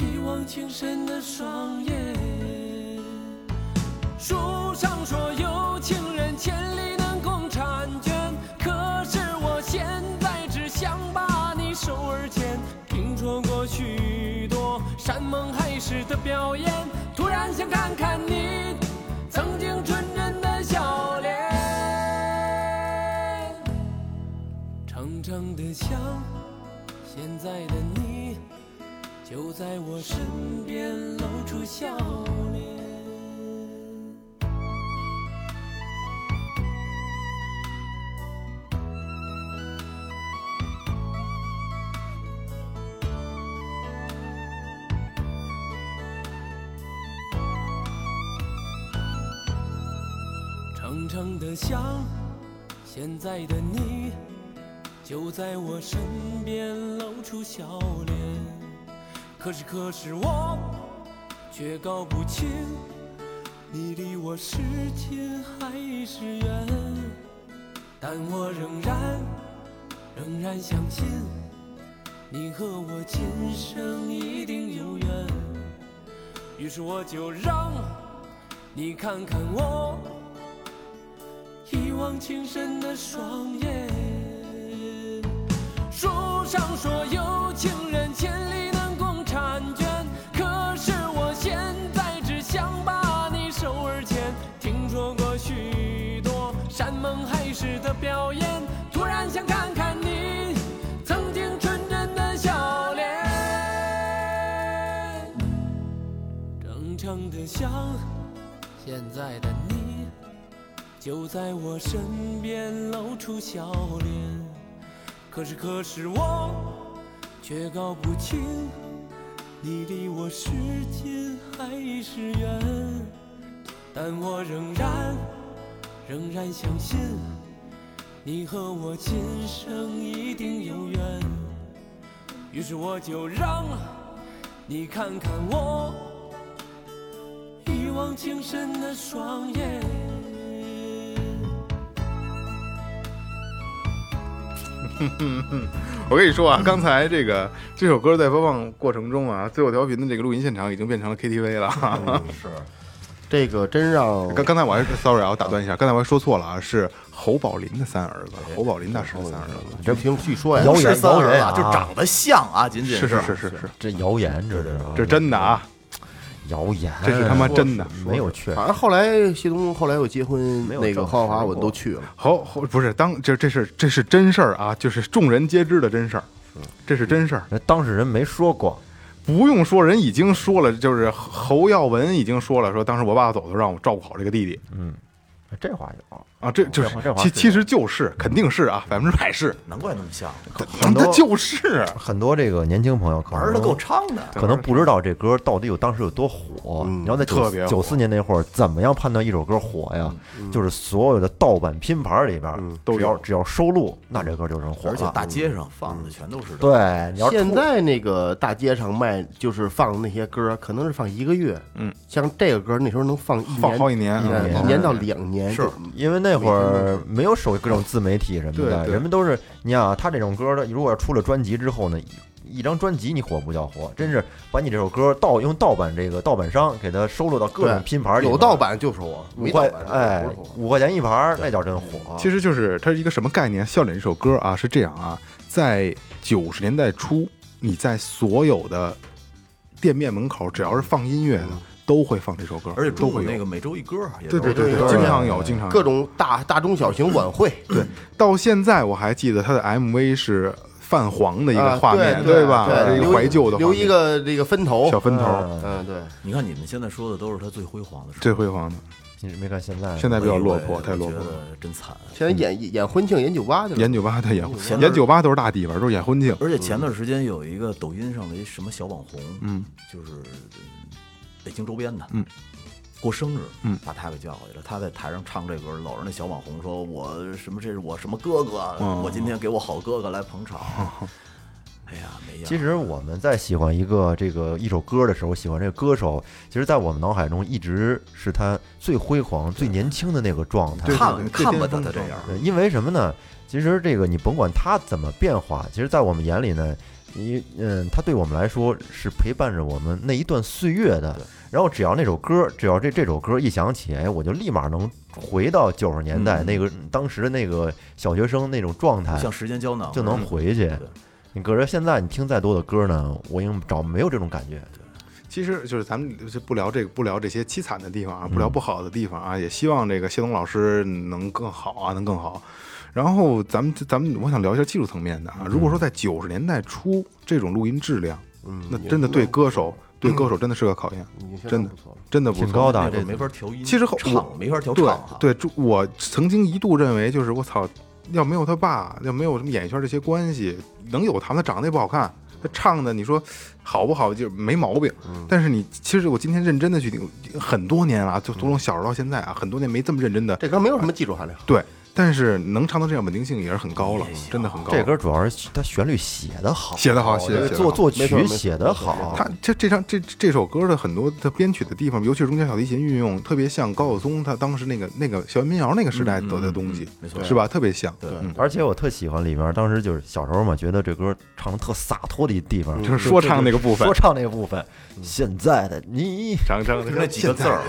Speaker 11: 一往情深的双眼。书上说有情人千里能共婵娟，可是我现在只想把你手儿牵。听说过许多山盟海誓的表演，突然想看看你曾经纯真的笑脸。长常常的想，现在的你就在我身边，露出笑脸。常常的想，现在的你就在我身边，露出笑脸。可是，可是我却搞不清，你离我是近还是远。但我仍然，仍然相信，你和我今生一定有缘。于是我就让你看看我。一往情深的双眼。书上说有情人千里能共婵娟，可是我现在只想把你手儿牵。听说过许多山盟海誓的表演，突然想看看你曾经纯真的笑脸。常常的想，现在的你。就在我身边露出笑脸。可是，可是我却搞不清，你离我是近还是远。但我仍然，仍然相信，你和我今生一定有缘。于是我就让你看看我一往情深的双眼。
Speaker 3: 我跟你说啊，刚才这个这首歌在播放过程中啊，最后调频的这个录音现场已经变成了 KTV 了。
Speaker 4: 这个真让
Speaker 3: 嗯刚刚才我还 sorry 啊，我打断一下，刚才我还说错了啊，是侯宝林的三儿子，侯宝林大师的三儿子。
Speaker 4: 这听据说呀，
Speaker 6: 谣
Speaker 8: 是
Speaker 6: 言
Speaker 8: 三
Speaker 6: 谣
Speaker 8: 儿
Speaker 6: 言
Speaker 8: 啊，就长得像啊，仅仅
Speaker 3: 是是是是是，
Speaker 6: 这谣言，这是啊
Speaker 3: 这真的啊，
Speaker 6: 谣言，
Speaker 3: 这是他妈真的。
Speaker 6: 没有确
Speaker 4: 反正后来谢东后来又结婚，
Speaker 6: 没有
Speaker 4: 那个
Speaker 6: 正
Speaker 4: 黄晓华
Speaker 6: 式
Speaker 4: 我
Speaker 6: 过
Speaker 4: 都去了。
Speaker 3: 侯侯不是当这这是这是真事儿啊，就是众人皆知的真事儿，这是真事儿。
Speaker 6: 人当事人没说过，
Speaker 3: 不用说，人已经说了，就是侯耀文已经说了，说当时我爸走的时候让我照顾好这个弟弟
Speaker 6: 这话有。
Speaker 3: 啊，
Speaker 4: 哦
Speaker 3: 这就是
Speaker 6: 这话这话
Speaker 3: 其
Speaker 6: 是
Speaker 3: 其实就是肯定是啊，百分之百是，
Speaker 8: 难怪那么像，
Speaker 3: 他
Speaker 6: 多
Speaker 3: 就是
Speaker 6: 很多这个年轻朋友可能
Speaker 8: 玩的够唱的。
Speaker 6: 可能不知道这歌到底有当时有多火。你要在
Speaker 3: 特
Speaker 6: 九
Speaker 3: 别火
Speaker 6: 九四年那会儿，怎么样判断一首歌火呀？就是所有的盗版拼盘里边，
Speaker 3: 都
Speaker 6: 只要
Speaker 3: 有
Speaker 6: 只要收录，那这歌就能火
Speaker 8: 而且
Speaker 3: 啊
Speaker 6: 了。
Speaker 8: 大
Speaker 3: 嗯
Speaker 8: 街上放的全都是这个，
Speaker 6: 对，你要
Speaker 4: 现
Speaker 6: 出
Speaker 4: 在那个大街上卖就是放的那些歌，可能是放一个月，
Speaker 3: 嗯，
Speaker 4: 像这个歌那时候能放一年，
Speaker 3: 放好几年
Speaker 4: 一
Speaker 3: 嗯
Speaker 4: 年一年到两年，
Speaker 3: 是
Speaker 4: 就
Speaker 6: 因为那会儿没有手各种自媒体什么
Speaker 3: 对
Speaker 6: 的，
Speaker 3: 对
Speaker 6: 人们都是你想啊，他这种歌的，如果出了专辑之后呢，一一张专辑你火不叫火，真是把你这首歌盗用盗版这个盗版商给它收录到各种
Speaker 4: 对
Speaker 6: 拼盘里，
Speaker 4: 有盗，版就是我，
Speaker 6: 五
Speaker 4: 没
Speaker 6: 块
Speaker 4: 盗版
Speaker 6: 哎
Speaker 4: 就是我
Speaker 6: 五块钱一盘儿，那叫真火。啊
Speaker 3: 其实就是它是一个什么概念？笑脸这首歌啊，是这样啊，在九十年代初，你在所有的店面门口，只要是放音乐的，
Speaker 4: 嗯
Speaker 3: 都会放这首歌，
Speaker 8: 而且
Speaker 3: 都
Speaker 8: 中午
Speaker 3: 会有
Speaker 8: 那个每周一歌啊，也
Speaker 3: 对对对
Speaker 4: 都
Speaker 3: 对，
Speaker 4: 有
Speaker 3: 经常有，经常有
Speaker 4: 各种大大中小型晚会，
Speaker 3: 对，到现在我还记得他的 MV 是泛黄的一个画面，
Speaker 4: 啊对对
Speaker 3: 吧？
Speaker 4: 对
Speaker 3: 一
Speaker 4: 留
Speaker 3: 个怀旧的画面，
Speaker 4: 留一个这个分头
Speaker 3: 小，分头，
Speaker 4: 嗯，对，
Speaker 8: 你看你们现在说的都是他最辉煌的时候，
Speaker 3: 最辉煌的。
Speaker 6: 你没看现在，
Speaker 3: 现在比较落魄，
Speaker 4: 哎
Speaker 8: 我以为
Speaker 3: 太落魄
Speaker 8: 我觉
Speaker 3: 了。
Speaker 8: 得真惨。
Speaker 4: 现在演演婚庆、演酒吧去了
Speaker 3: 演，酒吧的演
Speaker 8: 前面
Speaker 3: 演酒吧都是大地方，都是演婚庆。
Speaker 8: 而且前段时间有一个抖音上的一什么小网红，嗯，就是嗯北京周边的，
Speaker 3: 嗯，
Speaker 8: 过生日，
Speaker 3: 嗯
Speaker 8: 把他给叫过去了。他在台上唱这歌，搂着那小网红说：“我什么这是我什么哥哥，
Speaker 3: 嗯
Speaker 8: 我今天给我好哥哥来捧场。哎呀，没样
Speaker 6: 其实我们在喜欢一个这个一首歌的时候，喜欢这个歌手，其实，在我们脑海中一直是他最辉煌、最年轻的那个状态。
Speaker 8: 看
Speaker 3: 对
Speaker 8: 看不得
Speaker 3: 对对
Speaker 8: 他这样，
Speaker 6: 对呃因为什么呢？其实这个你甭管他怎么变化，其实，在我们眼里呢，你嗯，他对我们来说是陪伴着我们那一段岁月的。然后只要那首歌，只要这这首歌一响起，哎，我就立马能回到九十年代
Speaker 8: 嗯
Speaker 6: 那个、当时的那个小学生那种状态，
Speaker 8: 像时间胶囊
Speaker 6: 哎就能回去。
Speaker 8: 对
Speaker 6: 你可是现在你听再多的歌呢，我已经找没有这种感觉。
Speaker 3: 其实就是咱们就不聊这个，不聊这些凄
Speaker 8: 嗯
Speaker 3: 惨的地方啊，不聊不好的地方啊，也希望这个谢东老师能更好啊，能更好。然后咱们咱们我想聊一下技术层面的啊，如
Speaker 8: 嗯
Speaker 3: 果说在九十年代初这种录音质量，
Speaker 4: 嗯
Speaker 3: 那真的对歌手对
Speaker 8: 嗯
Speaker 3: 歌手真的是个考验，真的真的不
Speaker 6: 挺
Speaker 3: 错
Speaker 6: 高的啊
Speaker 8: 那会
Speaker 6: 这
Speaker 8: 儿没法调音，
Speaker 3: 其实后我
Speaker 8: 场没法调场啊，
Speaker 3: 对对，我曾经一度认为就是我操，要没有他爸，要没有什么演艺圈这些关系，能有他吗？他长得也不好看，他唱的你说好不好就是没毛病。
Speaker 6: 嗯
Speaker 3: 但是你其实我今天认真的去听，很多年了啊，就
Speaker 6: 嗯
Speaker 3: 从我小时候到现在啊，很多年没这么认真的
Speaker 4: 这歌没有什么技术含量，
Speaker 3: 对。但是能唱到这样稳定性也是很高了，真的很高了。
Speaker 6: 这歌主要是它旋律写的好，
Speaker 3: 写得好
Speaker 6: 我觉
Speaker 3: 写得
Speaker 6: 得
Speaker 3: 写得
Speaker 6: 作
Speaker 3: 好
Speaker 6: 作
Speaker 4: 没错没
Speaker 6: 曲
Speaker 4: 错
Speaker 6: 写
Speaker 4: 没
Speaker 6: 得
Speaker 4: 错没
Speaker 6: 好，
Speaker 3: 他这这张这这首歌的很多的编曲的地方，尤其是中间小提琴运用，特别像高晓松他当时那个那个校园民谣那个时代得的东西，
Speaker 8: 没错
Speaker 3: 是吧？特别像，嗯对，
Speaker 6: 而且我特喜欢里面，当时就是小时候嘛，觉得这歌唱的特洒脱的地方，
Speaker 3: 就是说唱那个部分
Speaker 6: 说唱那个部分。现在的你，
Speaker 3: 长长的
Speaker 8: 那几个字儿，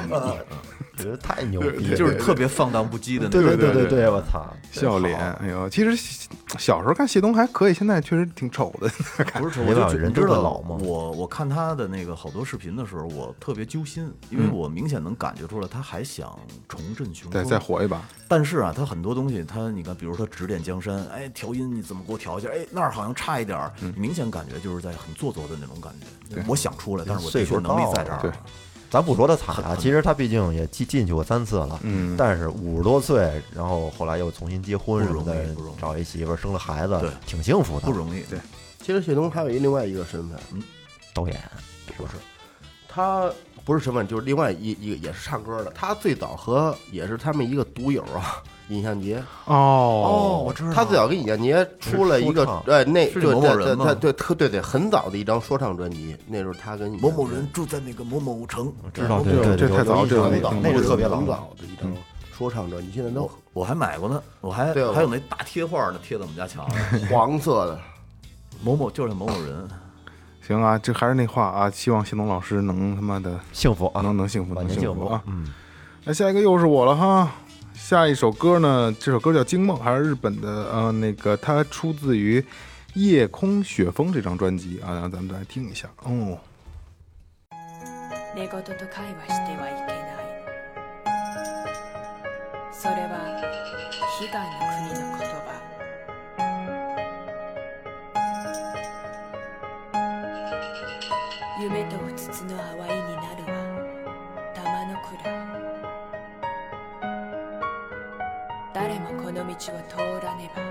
Speaker 6: 觉得太牛逼了，
Speaker 8: (laughs) 就是特别放荡不羁的那
Speaker 6: 对
Speaker 8: 种。
Speaker 6: 对对
Speaker 3: 对对
Speaker 6: 对，我操！
Speaker 3: 笑脸，哎呦，其实小小时候看谢东还可以，现在确实挺丑的。
Speaker 8: 不是丑，
Speaker 6: 别
Speaker 8: 我就
Speaker 6: 老
Speaker 8: 觉
Speaker 6: 人
Speaker 8: 你知
Speaker 6: 都会
Speaker 8: 道
Speaker 6: 老吗
Speaker 8: 我我看他的那个好多视频的时候，我特别揪心，
Speaker 6: 嗯
Speaker 8: 因为我明显能感觉出来他还想重振雄
Speaker 3: (laughs) 对，
Speaker 8: 风。
Speaker 3: 再火一把，
Speaker 8: 但是啊，他很多东西，他你看，比如他指点江山，哎，调音你怎么给我调一下？哎，那儿好像差一点儿，
Speaker 6: 嗯
Speaker 8: 你明显感觉就是在很做作的那种感觉。我想出来，但是我的
Speaker 6: 岁
Speaker 8: 确
Speaker 6: 数
Speaker 8: 能力
Speaker 6: 到
Speaker 8: 在
Speaker 6: 了
Speaker 8: 这儿
Speaker 3: 对
Speaker 8: 了。
Speaker 6: 咱不说他惨啊，其实他毕竟也进进去过三次了，
Speaker 3: 嗯
Speaker 6: 但是五十多岁，然后后来又重新结婚什么
Speaker 8: 不容
Speaker 6: 的
Speaker 8: 易不容，易
Speaker 6: 找一媳妇儿，生了孩子
Speaker 8: 对，
Speaker 6: 挺幸福的。
Speaker 8: 不容易，对，
Speaker 4: 其实谢东还有一另外一个身份，
Speaker 6: 导演
Speaker 4: 他不是身份，就是另外一一个也是唱歌的。他最早和也是他们一个独友啊，尹相杰。
Speaker 3: 哦，
Speaker 8: 我知道
Speaker 4: 他最早跟尹相杰出了一个
Speaker 6: 是说
Speaker 4: 呃，那
Speaker 8: 是
Speaker 4: 对
Speaker 8: 某某
Speaker 4: 对
Speaker 8: 人吗
Speaker 4: 对对，特对对，很早的一张说唱专辑，那时候他跟尹
Speaker 8: 某
Speaker 4: 相
Speaker 8: 某
Speaker 4: 杰
Speaker 8: 人住在那个某某城，
Speaker 6: 知道
Speaker 4: 哎对
Speaker 6: 对，
Speaker 3: 这太早这
Speaker 6: 了
Speaker 3: 太，
Speaker 4: 早
Speaker 6: 那是特别
Speaker 4: 很
Speaker 6: 老的。
Speaker 4: 早的一张说唱专辑，现在都
Speaker 8: 我还买过呢，我还
Speaker 4: 对
Speaker 8: 还有那大贴画呢，贴在我们家墙上。
Speaker 6: (laughs)
Speaker 4: 黄色的。
Speaker 8: 某某就是某某人，
Speaker 3: 行啊，这还是那话啊，希望谢东老师能他妈的
Speaker 6: 幸福啊，
Speaker 3: 能能幸福，
Speaker 6: 晚
Speaker 3: 能
Speaker 6: 年
Speaker 3: 幸
Speaker 6: 幸
Speaker 3: 福
Speaker 6: 福
Speaker 3: 啊！
Speaker 6: 嗯，
Speaker 3: 那下一个又是我了哈。下一首歌呢，这首歌叫《惊梦》，还是日本的，呃，那个它出自于《夜空雪峰》这张专辑啊，然后咱们来听一下。哦，
Speaker 12: 寝言と会話してはいけないそれは悲願の国の言葉夢とうつつの淡いになるは玉の蔵誰もこの道を通らねば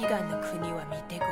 Speaker 12: 悲願の国は見てごれん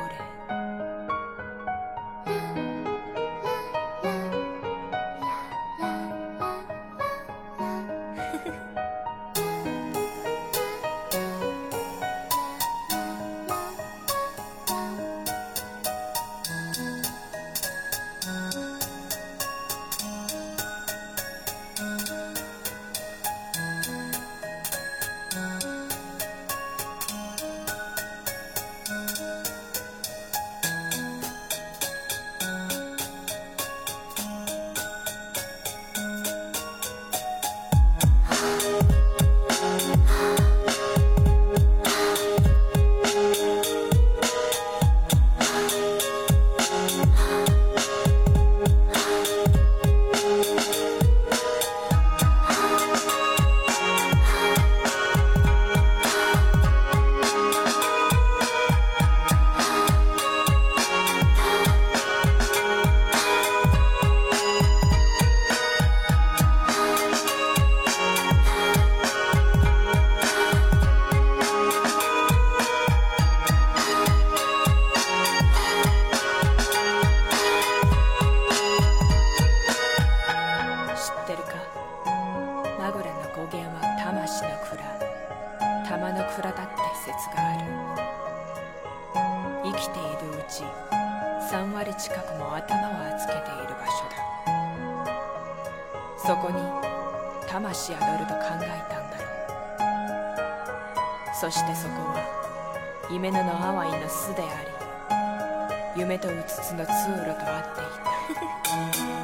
Speaker 12: 知ってるかマグラの語源は魂の蔵玉の蔵だって説がある生きているうち3割近くも頭を預けている場所だそこに魂宿ると考えたんだろうそしてそこは夢のの淡いの巣であり夢とうつつの通路と合っていた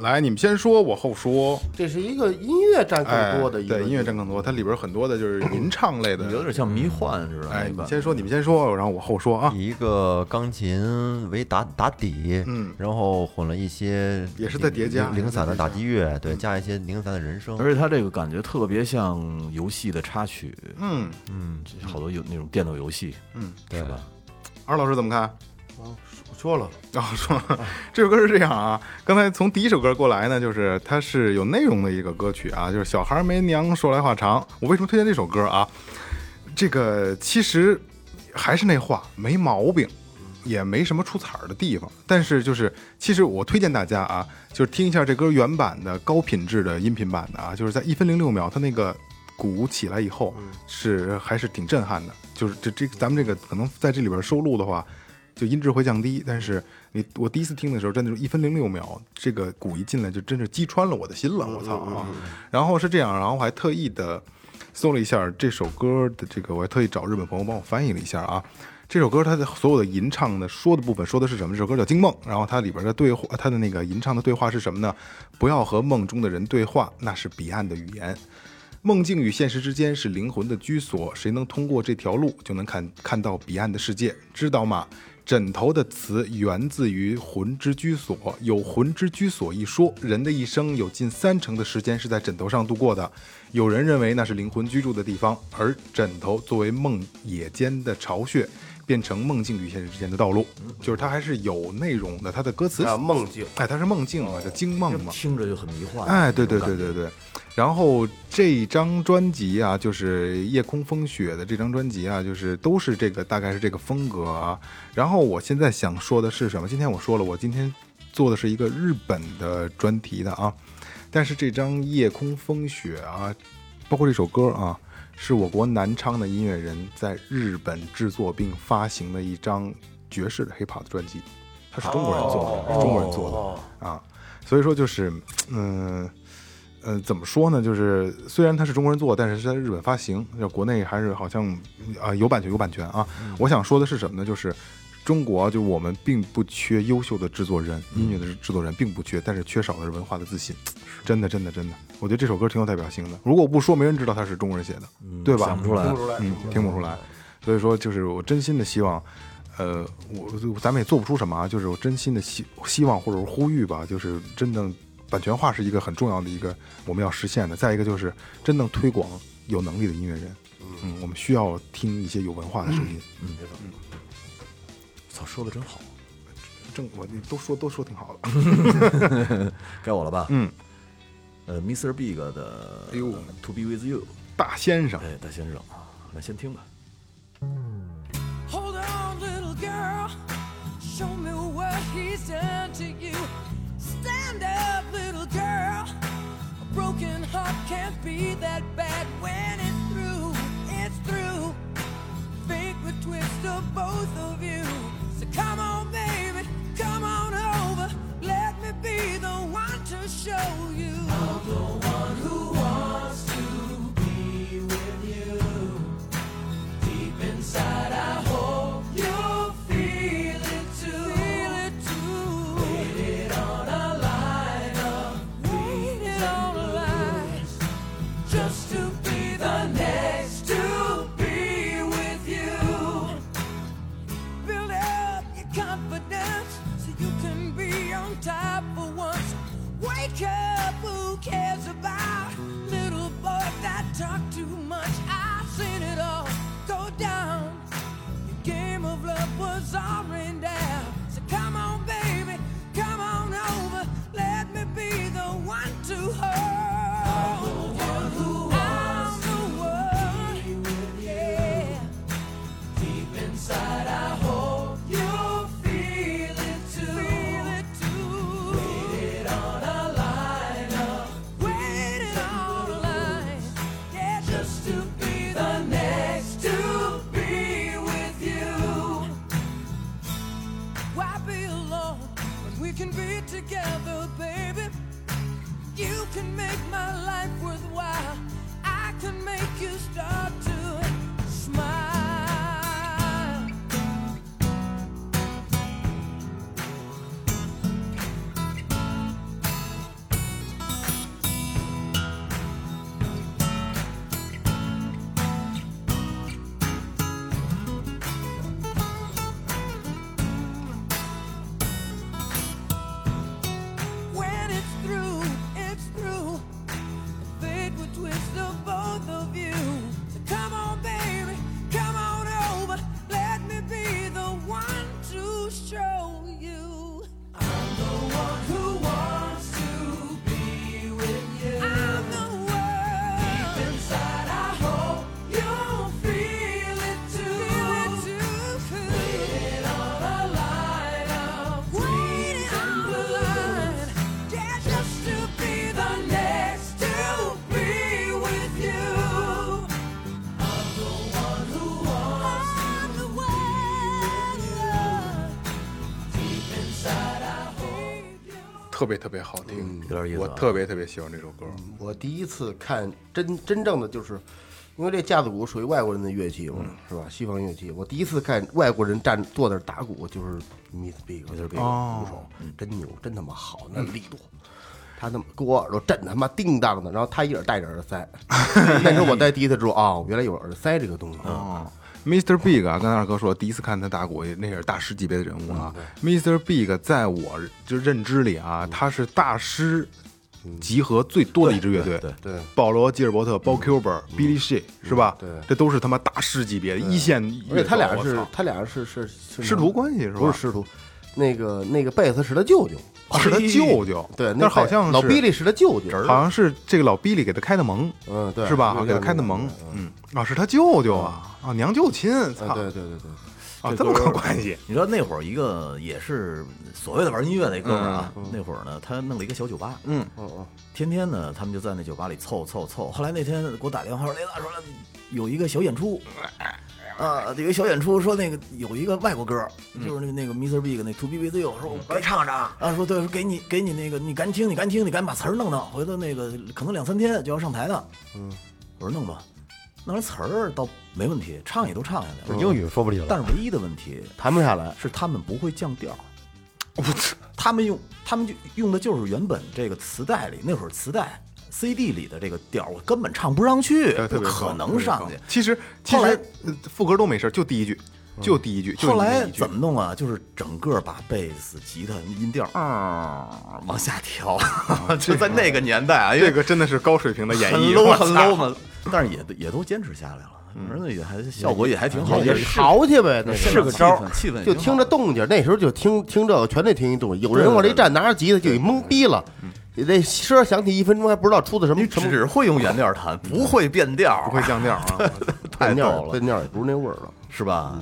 Speaker 3: 来，你们先说，我后说。
Speaker 4: 这是一个音乐占更多的一个
Speaker 3: 哎、对音乐占更多，它里边很多的就是吟唱类的，
Speaker 8: 有点像迷幻似的。
Speaker 3: 哎，你先说，你们先说，然后我后说啊。
Speaker 6: (laughs) 以一个钢琴为打打底，
Speaker 3: 嗯，
Speaker 6: 然后混了一些
Speaker 3: 也是在叠加嗯
Speaker 6: 零零散的打击乐，对，加一些零散的人声，
Speaker 8: 而且它这个感觉特别像游戏的插曲，
Speaker 3: 嗯
Speaker 6: 嗯，
Speaker 8: 好多有那种电脑游戏，
Speaker 3: 嗯，
Speaker 6: 对
Speaker 8: 是吧？
Speaker 3: 二老师怎么看？
Speaker 4: 说了，
Speaker 3: 然后说这首歌是这样啊，刚才从第一首歌过来呢，就是它是有内容的一个歌曲啊，就是小孩没娘说来话长。我为什么推荐这首歌啊？这个其实还是那话，没毛病，也没什么出彩儿的地方。但是就是，其实我推荐大家啊，就是听一下这歌原版的高品质的音频版的啊，就是在一分零六秒，它那个鼓起来以后是还是挺震撼的。就是这这咱们这个可能在这里边收录的话，就音质会降低，但是你我第一次听的时候，真的是一分零六秒，这个鼓一进来就真是击穿了我的心了，我操啊！然后是这样，然后我还特意的搜了一下这首歌的这个，我还特意找日本朋友帮我翻译了一下啊。这首歌它的所有的吟唱的说的部分说的是什么？这首歌叫《惊梦》，然后它里边的对话，它的那个吟唱的对话是什么呢？不要和梦中的人对话，那是彼岸的语言。梦境与现实之间是灵魂的居所，谁能通过这条路，就能看看到彼岸的世界，知道吗？枕头的词源自于魂之居所，有魂之居所一说，人的一生有近三成的时间是在枕头上度过的。有人认为那是灵魂居住的地方，而枕头作为梦野间的巢穴，变成梦境与现实之间的道路，就是它还是有内容的，它的歌词
Speaker 4: 啊梦境，
Speaker 3: 哎，它是梦境嘛，叫惊梦嘛，
Speaker 8: 听着就很迷幻。
Speaker 3: 哎，对对
Speaker 8: 那种
Speaker 3: 对
Speaker 8: 感觉
Speaker 3: 对对。然后这张专辑啊，就是《夜空风雪》的这张专辑啊，就是都是这个大概是这个风格啊。然后我现在想说的是什么？今天我说了，我今天做的是一个日本的专题的啊，但是这张《夜空风雪》啊，包括这首歌啊，是我国南昌的音乐人在日本制作并发行的一张爵士的 hiphop 的专辑，它是中国人做的，是中国人做的。
Speaker 4: 哦，
Speaker 3: 啊，所以说就是，嗯、呃，怎么说呢？就是虽然它是中国人做，但是是在日本发行，就国内还是好像啊、有版权有版权啊。我想说的是什么呢？就是中国啊就我们并不缺优秀的制作人，
Speaker 8: 嗯
Speaker 3: 音乐的制作人并不缺，但是缺少的是文化的自信。真的，真的，真的，我觉得这首歌挺有代表性的。如果我不说，没人知道它是中国人写的，对吧？
Speaker 8: 嗯想不出来
Speaker 4: 听不出来，
Speaker 3: 嗯，听不出来。所以说，就是我真心的希望，呃，我咱们也做不出什么啊，就是我真心的希希望或者是呼吁吧，就是真正版权化是一个很重要的一个我们要实现的。再一个就是真正推广有能力的音乐人，嗯，我们需要听一些有文化的声
Speaker 4: (clears throat)
Speaker 3: 音。
Speaker 8: 操，说的真好，
Speaker 3: 正我你都说都说挺好的， (laughs)
Speaker 8: 该我了吧？
Speaker 3: 嗯，
Speaker 8: 呃，Mr. Big 的
Speaker 3: 哎呦
Speaker 8: 呃 To Be With You，
Speaker 3: 大先生，
Speaker 8: 哎，大先生，来先听吧。
Speaker 13: Hold on, little girl. Show me what he's done to you. Stand up, little girl. A broken heart can't be that bad when it's through. It's through. Fate would twist of both of you. So come on, baby. Come on over. Let me be the one to show you. I'm the one who wants to be with you. Deep inside, I hope you'll feel it too. Feel it too. Wait it on a light up. Wait it on a light. Just to be the next to be with you. Build up your confidence so you can be on top for once. Wake up, who cares about little boy that talk too much? I've seen it all go down. Your game of love was all ran down. So come on, baby, come on over. Let me be the one to hold. you. I'm the one yeah. Deep inside, I hope you'll feel it too. Feel it too. Waited on a line up. Waited on a line. Yeah, just to be the next to be with you. Why be alone when we can be together, baby? You can make my life worthwhile. I can make you start to smile.
Speaker 3: 特别特别好听，
Speaker 8: 有点意思
Speaker 3: 我
Speaker 8: 啊
Speaker 3: 特别特别喜欢这首歌。
Speaker 4: 我第一次看真真正的就是，因为这架子鼓属于外国人的乐器嘛，是吧？西方乐器。我第一次看外国人站坐那儿打鼓，就是 Miss Big，就是这个
Speaker 3: 哦
Speaker 4: 鼓手，真牛，真他妈好，那力度。他那么给我耳朵震他妈叮当的，然后他一耳戴着耳塞，那时候我才第一次知道哦，原来有耳塞这个东西。
Speaker 3: 哦，Mr. Big 啊，刚才二哥说，第一次看他打鼓，那也是大师级别的人物啊。Mr. Big 在我就认知里啊，他是大师集合最多的一支乐队。
Speaker 8: 对
Speaker 4: 对对
Speaker 3: 保罗·吉尔伯特、包 Cuber、Billy Shea 是吧？
Speaker 4: 对
Speaker 3: 这都是他妈大师级别的一线
Speaker 4: 而
Speaker 3: 乐手。
Speaker 4: 且他俩
Speaker 3: 我
Speaker 4: 是
Speaker 3: 操
Speaker 4: 他俩是是是
Speaker 3: 师徒关系是吧？
Speaker 4: 不是师徒，那个那个贝斯是他舅舅，
Speaker 3: 哦是他舅舅，
Speaker 4: 对，
Speaker 3: 但是
Speaker 4: 那
Speaker 3: 好像是
Speaker 4: 老比利是他舅舅，
Speaker 3: 好像是这个老比利给他开的盟，
Speaker 4: 嗯，对，
Speaker 3: 是吧？
Speaker 4: 有
Speaker 3: 给他
Speaker 4: 点
Speaker 3: 开的
Speaker 4: 那个
Speaker 3: 盟
Speaker 4: 感觉，
Speaker 3: 嗯，啊，是他舅舅啊，啊，娘舅亲，操
Speaker 4: 啊，，对对对对，
Speaker 3: 啊，
Speaker 8: 这
Speaker 3: 这么
Speaker 8: 歌
Speaker 3: 个关系，
Speaker 8: 你知道那会儿一个也是所谓的玩音乐那哥们儿啊，那会儿呢他弄了一个小酒吧，
Speaker 3: 嗯，
Speaker 4: 嗯嗯，
Speaker 8: 天天呢他们就在那酒吧里凑凑凑。后来那天给我打电话说雷大说有一个小演 (laughs) 出，啊，有一个小演出说那个有一个外国歌，就是那个那个 Mr. Big 那 To Be With You，说我来嗯唱唱啊，说对，说给你给你那个你赶紧听，你赶紧听，你赶紧把词儿弄弄，回头那个可能两三天就要上台的。嗯，我说弄吧，弄完词儿倒没问题，唱也都唱下来
Speaker 6: 就
Speaker 8: 了，
Speaker 6: 英语说不利
Speaker 8: 但
Speaker 6: 了，
Speaker 8: 是唯一的问题
Speaker 4: 谈不下来，
Speaker 8: 是他们不会降调儿，
Speaker 3: 我操，
Speaker 8: 他们用他们就用的就是原本这个磁带里那会儿磁带 CD 里的这个调儿，我根本唱不上去，
Speaker 3: 对特
Speaker 8: 不
Speaker 3: 别
Speaker 8: 可
Speaker 3: 高
Speaker 8: 能上
Speaker 3: 特
Speaker 8: 去
Speaker 3: 别高。其实其
Speaker 8: 后来
Speaker 3: 实呃副歌都没事，就第一句，就第一句，就
Speaker 8: 后
Speaker 3: 你那
Speaker 8: 来
Speaker 3: 一句
Speaker 8: 怎么弄啊？就是整个把贝斯、吉他音调啊往下调， (laughs) 就在那个年代啊，因
Speaker 3: 哦这
Speaker 8: 为
Speaker 3: 个真的是高水平的演
Speaker 8: 很
Speaker 3: 绎
Speaker 8: low
Speaker 3: 我操嗯
Speaker 8: 很 low 嘛，但是也都也都坚持下来了，而且也还效果也还挺好，
Speaker 4: 嗯也
Speaker 8: 是
Speaker 4: 淘去呗，那是
Speaker 8: 现场
Speaker 4: 个
Speaker 8: 气
Speaker 4: 招
Speaker 8: 氛
Speaker 4: 儿。
Speaker 8: 气氛也
Speaker 4: 就
Speaker 8: 挺
Speaker 4: 听
Speaker 8: 好
Speaker 4: 着动静，那时候就听听这个，全得听一动静。有人往这一站，拿着吉他就给懵逼了，那声儿响起一分钟还不知道出的什么
Speaker 8: 你
Speaker 4: 什么
Speaker 8: 只会用原调弹，不会变调，
Speaker 3: 不会降调啊？
Speaker 8: 太
Speaker 4: 尿
Speaker 8: 逗
Speaker 4: 儿
Speaker 8: 了
Speaker 4: 变，尿儿也不是那味儿了。
Speaker 8: 是吧？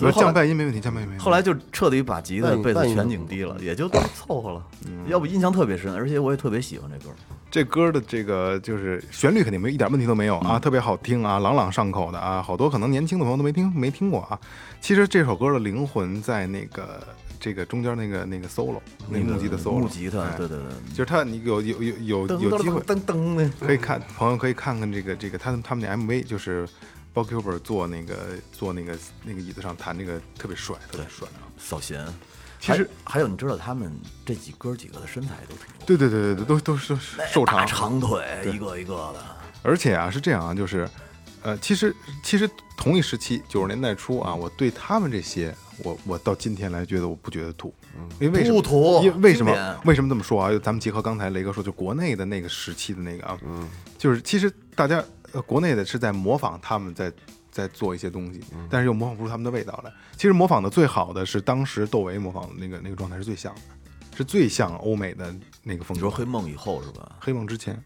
Speaker 3: 我说降半音没问题，降半音没问题。
Speaker 8: 后来就彻底把吉他、贝斯
Speaker 4: 那你
Speaker 8: 全拧低了，也就凑合了。要不印象特别深，而且我也特别喜欢这歌。
Speaker 3: 这歌的这个就是旋律肯定没一点问题都没有啊，特别好听啊，朗朗上口的啊，好多可能年轻的朋友都没听没听过啊。其实这首歌的灵魂在那个这个中间那个那个 solo，那个木吉的 solo，
Speaker 8: 木吉他，
Speaker 3: 哎
Speaker 8: 对对
Speaker 3: 就是他你有有有有
Speaker 8: 对，
Speaker 3: 有机会
Speaker 8: 噔噔的，
Speaker 3: 可以看，朋友可以看看这个这个他们他们的 MV，就是包 Cuber 坐那个坐那个那个椅子上弹那个特别帅，特别帅啊。
Speaker 8: 扫弦。
Speaker 3: 其实
Speaker 8: 还还有，你知道他们这几哥几个的身材都挺
Speaker 3: 对对对对对，都都是瘦
Speaker 8: 大
Speaker 3: 长
Speaker 8: 长腿，一个一个的。
Speaker 3: 而且啊，是这样啊，就是，呃，其实其实同一时期九十年代初啊，我对他们这些，我我到今天来觉得我不觉得土，因为为什么？
Speaker 8: 不土
Speaker 3: 因为为什
Speaker 8: 哦经典
Speaker 3: 么为什么这么说啊？咱们结合刚才雷哥说，就国内的那个时期的那个啊，就是其实大家呃，国内的是在模仿他们在。在做一些东西，但是又模仿不出他们的味道来。其实模仿的最好的是当时窦唯模仿的那个那个状态是最像的，是最像欧美的那个风
Speaker 8: 你
Speaker 3: 格
Speaker 8: 说。黑梦以后是吧？
Speaker 3: 黑梦之前，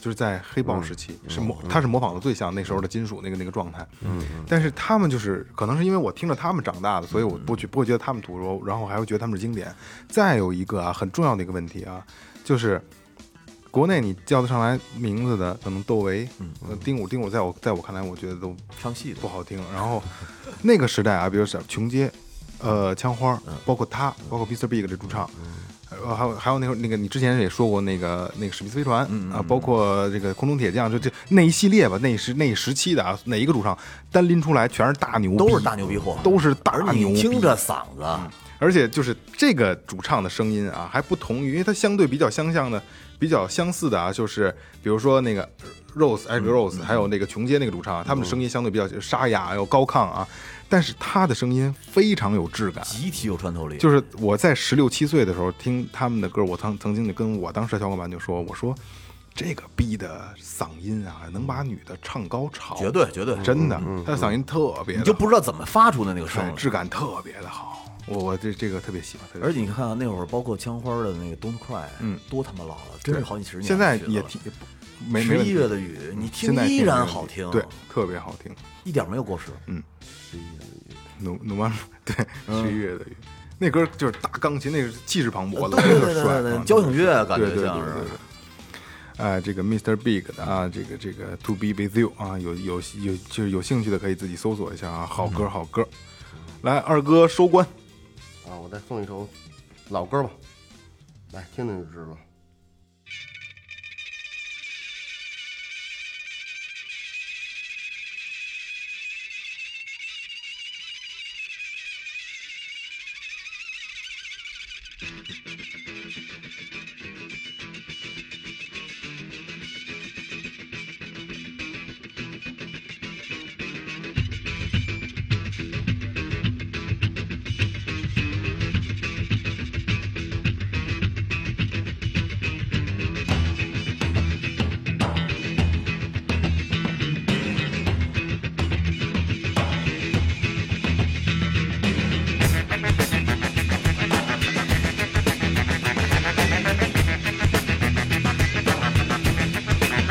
Speaker 3: 就是在黑豹时期，是模他是模仿的最像那时候的金属那个那个状态。嗯，但是他们就是可能是因为我听着他们长大的，所以我不觉不会觉得他们土著，然后我还会觉得他们是经典。再有一个啊，很重要的一个问题啊，就是。国内你叫得上来名字的，可能窦唯、呃丁武、丁武，在我在我看来，我觉得都
Speaker 8: 嗯唱戏的
Speaker 3: 不好听。然后 (laughs) 那个时代啊，比如是琼街，呃，枪花，
Speaker 8: 嗯
Speaker 3: 包括他，包括 Mr. Big 这主唱，呃，还有还有那会儿那个你之前也说过那个那个史密斯飞船
Speaker 8: 嗯
Speaker 3: 啊，包括这个空中铁匠，就这那一系列吧，那时那一时期的啊，哪一个主唱单拎出来全是大牛逼，
Speaker 8: 都是大牛逼货，
Speaker 3: 都是大
Speaker 8: 而
Speaker 3: 牛
Speaker 8: 你
Speaker 3: 逼
Speaker 8: 听着嗓子，
Speaker 3: 而且就是这个主唱的声音啊，还不同于，因为它相对比较相像的、比较相似的啊，就是比如说那个 Rose、Eric Rose，、还
Speaker 8: 嗯
Speaker 3: 有那个琼街那个主唱啊，他们的声音相对比较沙哑又高亢啊，但是他的声音非常有质感。
Speaker 8: 集体有穿透力。
Speaker 3: 就是我在十六七岁的时候听他们的歌，我曾曾经就跟我当时的小伙伴就说，我说这个逼的嗓音啊，能把女的唱高潮，
Speaker 8: 绝对绝对，
Speaker 3: 真的，哎他的嗓音特别的
Speaker 8: 你就不知道怎么发出的那个声
Speaker 3: 好
Speaker 8: 了。
Speaker 3: 质感特别的好。我我这这个特别喜欢，特别喜欢
Speaker 8: 而且你看啊那会儿，包括枪花的那个《Don't Cry》，
Speaker 3: 嗯，
Speaker 8: 多他妈老了，真是
Speaker 3: 对
Speaker 8: 好几十年了。
Speaker 3: 现在
Speaker 8: 觉得
Speaker 3: 也
Speaker 8: 了
Speaker 3: 挺也不没没
Speaker 8: 十
Speaker 3: 问
Speaker 8: 一
Speaker 3: 题
Speaker 8: 月的雨，你听
Speaker 3: 现在
Speaker 8: 依然
Speaker 3: 没问
Speaker 8: 好
Speaker 3: 题
Speaker 8: 听，
Speaker 3: 对，嗯特别好听。
Speaker 8: 一点没有过时。
Speaker 3: 努努曼对
Speaker 8: 嗯
Speaker 3: 十一月的雨，那歌就是大钢琴，那个是气势磅
Speaker 8: 对
Speaker 3: 礴的，
Speaker 8: 呃对对
Speaker 3: 特
Speaker 8: 对
Speaker 3: 帅
Speaker 8: 对
Speaker 3: 啊
Speaker 8: 对，交响乐感
Speaker 3: 对
Speaker 8: 觉
Speaker 3: 对对
Speaker 8: 像
Speaker 3: 对对
Speaker 8: 是
Speaker 3: 对。哎，这个 Mr. Big 的啊，这个这个 To Be With You 啊，有有有就是有兴趣的可以自己搜索一下啊，好
Speaker 8: 嗯
Speaker 3: 歌好歌。来，二哥收官，
Speaker 4: 啊，我再送一首老歌吧，来听听就知道。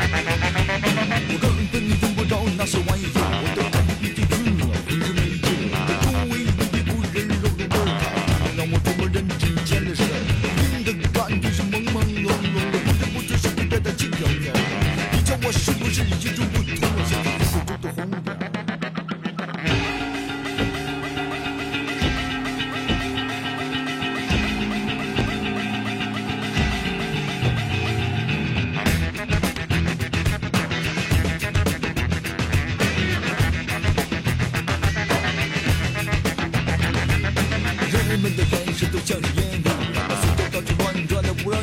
Speaker 14: 我根本用不着那些玩意儿，我的战斗已经晕了，浑身没劲了。周围的一股人肉的味儿，它让我多么人之间的事儿。晕的感觉是朦朦胧胧的，不知不觉是被带到轻飘飘。你叫我是不是已经说不通了？像个口中的红点儿。人们的眼神都像是烟雾，把所有到处乱转的不让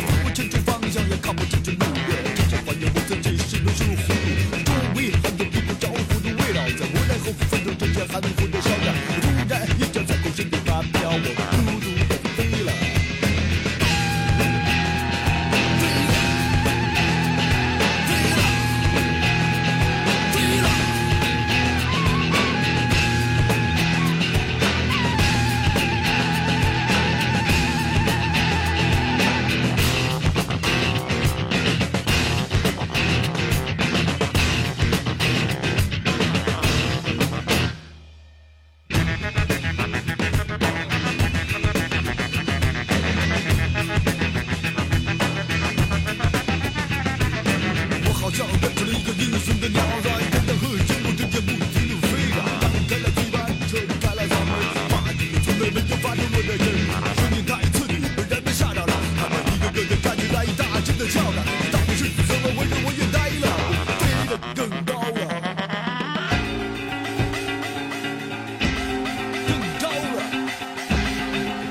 Speaker 14: 分不清楚方向，也看不清楚路标，这些还原我自己是路是虎。周围还有一股着火的味道，在我来后分钟之间还能浑身烧着。我突然一脚在空心里发飙，我孤独的飞了。我好像变成了一个英雄的鸟儿，跟着和烟雾之间不停地飞着。打开了嘴巴，扯开了嗓门，蚂蚁从来没有发现我的人，声音太刺耳，把人们吓着了。他们一个个的站起来，大声的叫着，到底是怎么回事？我也呆了，飞得更高了，更高了。啊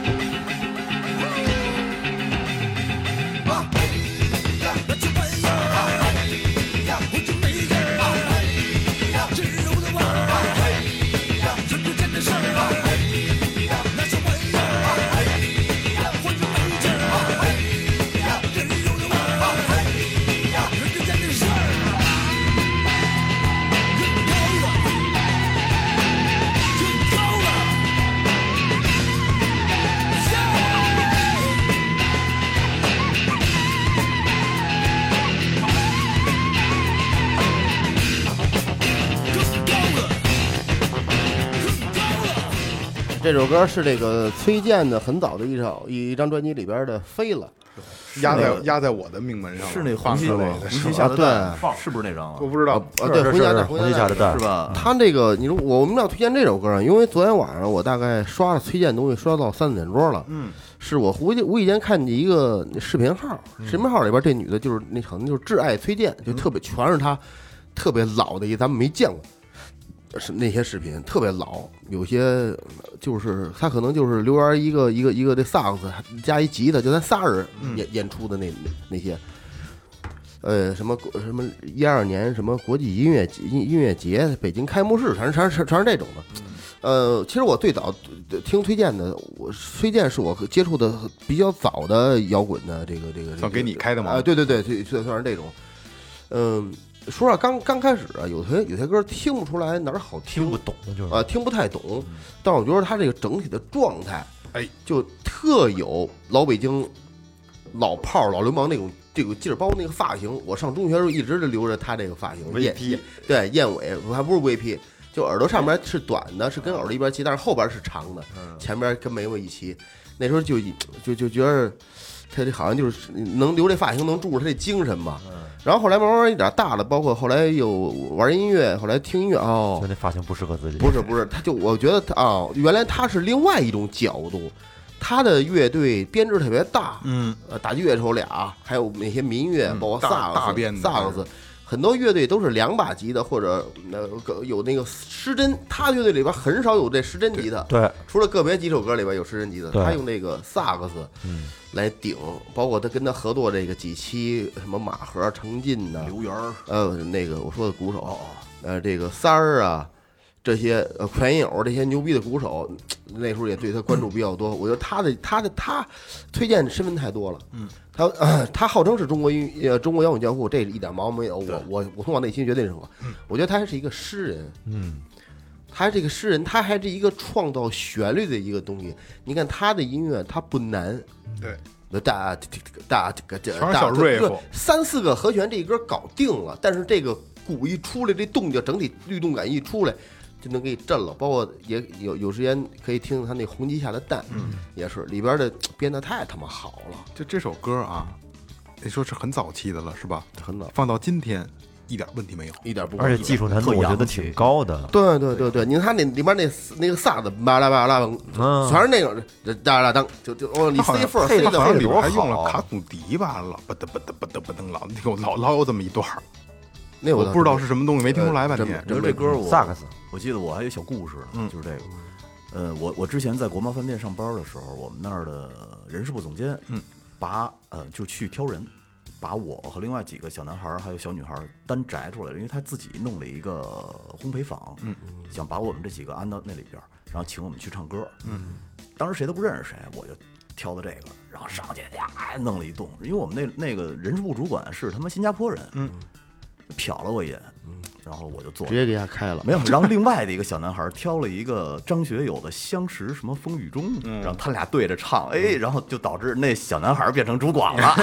Speaker 14: 呀，那就玩意儿啊！哎呀，我就没人儿啊！哎呀，真柔的味儿啊！哎呀，纯纯真的事儿啊！哎呀，那是玩意儿啊！哎呀，我就没劲儿啊！哎呀，真柔的味儿啊！哎呀，纯纯真的事儿啊！更高了，更高了，呀！
Speaker 4: 这首歌是这个崔健的很早的一首一张专辑里边的《飞了》，
Speaker 3: 压在压在我的命门上了，
Speaker 4: 是那
Speaker 3: 放
Speaker 4: 红旗
Speaker 3: 出
Speaker 4: 吗
Speaker 3: 来的
Speaker 4: 红旗
Speaker 3: 是吧
Speaker 4: 下的蛋
Speaker 3: 对
Speaker 4: 放
Speaker 8: 是不是那张啊
Speaker 3: 我不知道
Speaker 4: 啊，对，回家的回家
Speaker 8: 是吧？
Speaker 4: 他这个，你说我们要推荐这首歌啊，因为昨天晚上我大概刷了推荐东西，刷到三四点钟了。
Speaker 3: 嗯，
Speaker 4: 是我无意无意间看见一个视频号，视频号里边这女的就是那可能就是挚爱崔健，就特别全是她，特别老的一咱们没见过。是那些视频特别老，有些就是她可能就是留园一个一个一个这萨克斯加一吉他，就咱仨人演、演出的那那些，呃，什么国什么一二年什么国际音乐节音音乐节北京开幕式，全是全是全是这种的。呃，其实我最早呃听推荐的，我推荐是我接触的比较早的摇滚的这个这个。
Speaker 3: 算给你开的吗
Speaker 4: 啊、对对对，对算算是这种。嗯、说实话，刚刚开始啊，有些有些歌听不出来哪儿好听，听不懂
Speaker 6: 就是
Speaker 4: 啊，听不太懂。但我觉得它这个整体的状态，
Speaker 3: 哎，
Speaker 4: 就特有老北京老炮儿、老流氓那种这个劲儿，包括那个发型。我上中学的时候一直就留着他这个发型，燕燕对燕尾，我还不是 VP，就耳朵上面是短的，是跟耳朵一边齐，但是后边是长的，前边跟眉毛一齐。那时候就就就觉得他这好像就是能留这发型，能注入他这精神吧。然后后来慢慢一点大了，包括后来又玩音乐，后来听音乐哦，
Speaker 6: 就那发型不适合自己。
Speaker 4: 不是不是，他就我觉得他啊、原来他是另外一种角度，他的乐队编制特别大，
Speaker 3: 嗯，
Speaker 4: 呃，打击乐手俩，还有那些民乐，包括
Speaker 3: 大
Speaker 4: 萨
Speaker 3: 大
Speaker 4: 克
Speaker 3: 编
Speaker 4: 斯、
Speaker 3: 的
Speaker 4: 萨克斯，很多乐队都是两把吉他或者呃个有那个失真，他乐队里边很少有这失真吉他，
Speaker 6: 对对
Speaker 4: 除了个别几首歌里边有失真吉他，
Speaker 6: 对
Speaker 4: 他用那个萨克斯
Speaker 6: 嗯
Speaker 4: 来顶，包括他跟他合作这个几期什么马和、程进呐、
Speaker 5: 刘源儿，
Speaker 4: 呃，那个我说的鼓手，呃，这个三儿啊，这些呃全友这些牛逼的鼓手，那时候也对他关注比较多。我觉得他的他的他推荐的身份太多了，嗯，他、呃他 (clears throat) 号称是中国音乐呃中国摇滚教父，这一点毛病没有。我我我从我内心绝对认可。我觉得他还是一个诗人，
Speaker 6: 嗯，
Speaker 4: 他这个诗人，他还是一个创造旋律的一个东西。你看他的音乐，他不难，
Speaker 3: 对，
Speaker 4: 大大这个
Speaker 3: 全是小
Speaker 4: 大这个
Speaker 3: riff
Speaker 4: 三四个和弦这一歌搞定了，但是这个鼓一出来，这动静整体律动感一出来，就能给你震了。包括也有有时间可以听他那红旗下的蛋，嗯，也是里边的编的太他妈好了，
Speaker 3: 就这首歌啊，你说是很早期的了，是吧？
Speaker 4: 很早，
Speaker 3: 放到今天一点问题没有，
Speaker 4: 一点不
Speaker 6: 而且技术难度我觉得挺高的，
Speaker 4: 对对对对，你看那里面那那个萨子巴拉巴拉，
Speaker 6: 嗯
Speaker 4: 全是那种这哒啦当，就就哦，你
Speaker 3: 他好
Speaker 4: C
Speaker 3: 像
Speaker 4: 缝
Speaker 3: 他
Speaker 4: C
Speaker 3: 好像
Speaker 4: 的
Speaker 3: 里边还用了卡古笛吧，老不噔不噔不噔不噔老那个老老有这么一段儿，
Speaker 4: 那
Speaker 3: 我
Speaker 4: 倒
Speaker 3: 不知道
Speaker 4: 没
Speaker 3: 是什么东西，没听出来半天。
Speaker 8: 你说这歌我
Speaker 6: 萨克斯，
Speaker 8: 我记得我还有小故事呢，就是这个。呃，我我之前在国贸饭店上班的时候，我们那儿的人事部总监，嗯，把呃就去挑人，把我和另外几个小男孩儿还有小女孩儿单摘出来了，因为他自己弄了一个烘焙坊，嗯，想把我们这几个安到那里边儿，然后请我们去唱歌，嗯，当时谁都不认识谁，我就挑的这个，然后上去呀弄了一顿，因为我们那那个人事部主管是他妈新加坡人，嗯，瞟了我一眼，然后我就坐
Speaker 4: 直接给他开了，
Speaker 8: 啊没有，然后另外的一个小男孩挑了一个张学友的《相识》什么风雨中，然后他俩对着唱，哎，然后就导致那小男孩变成主管了，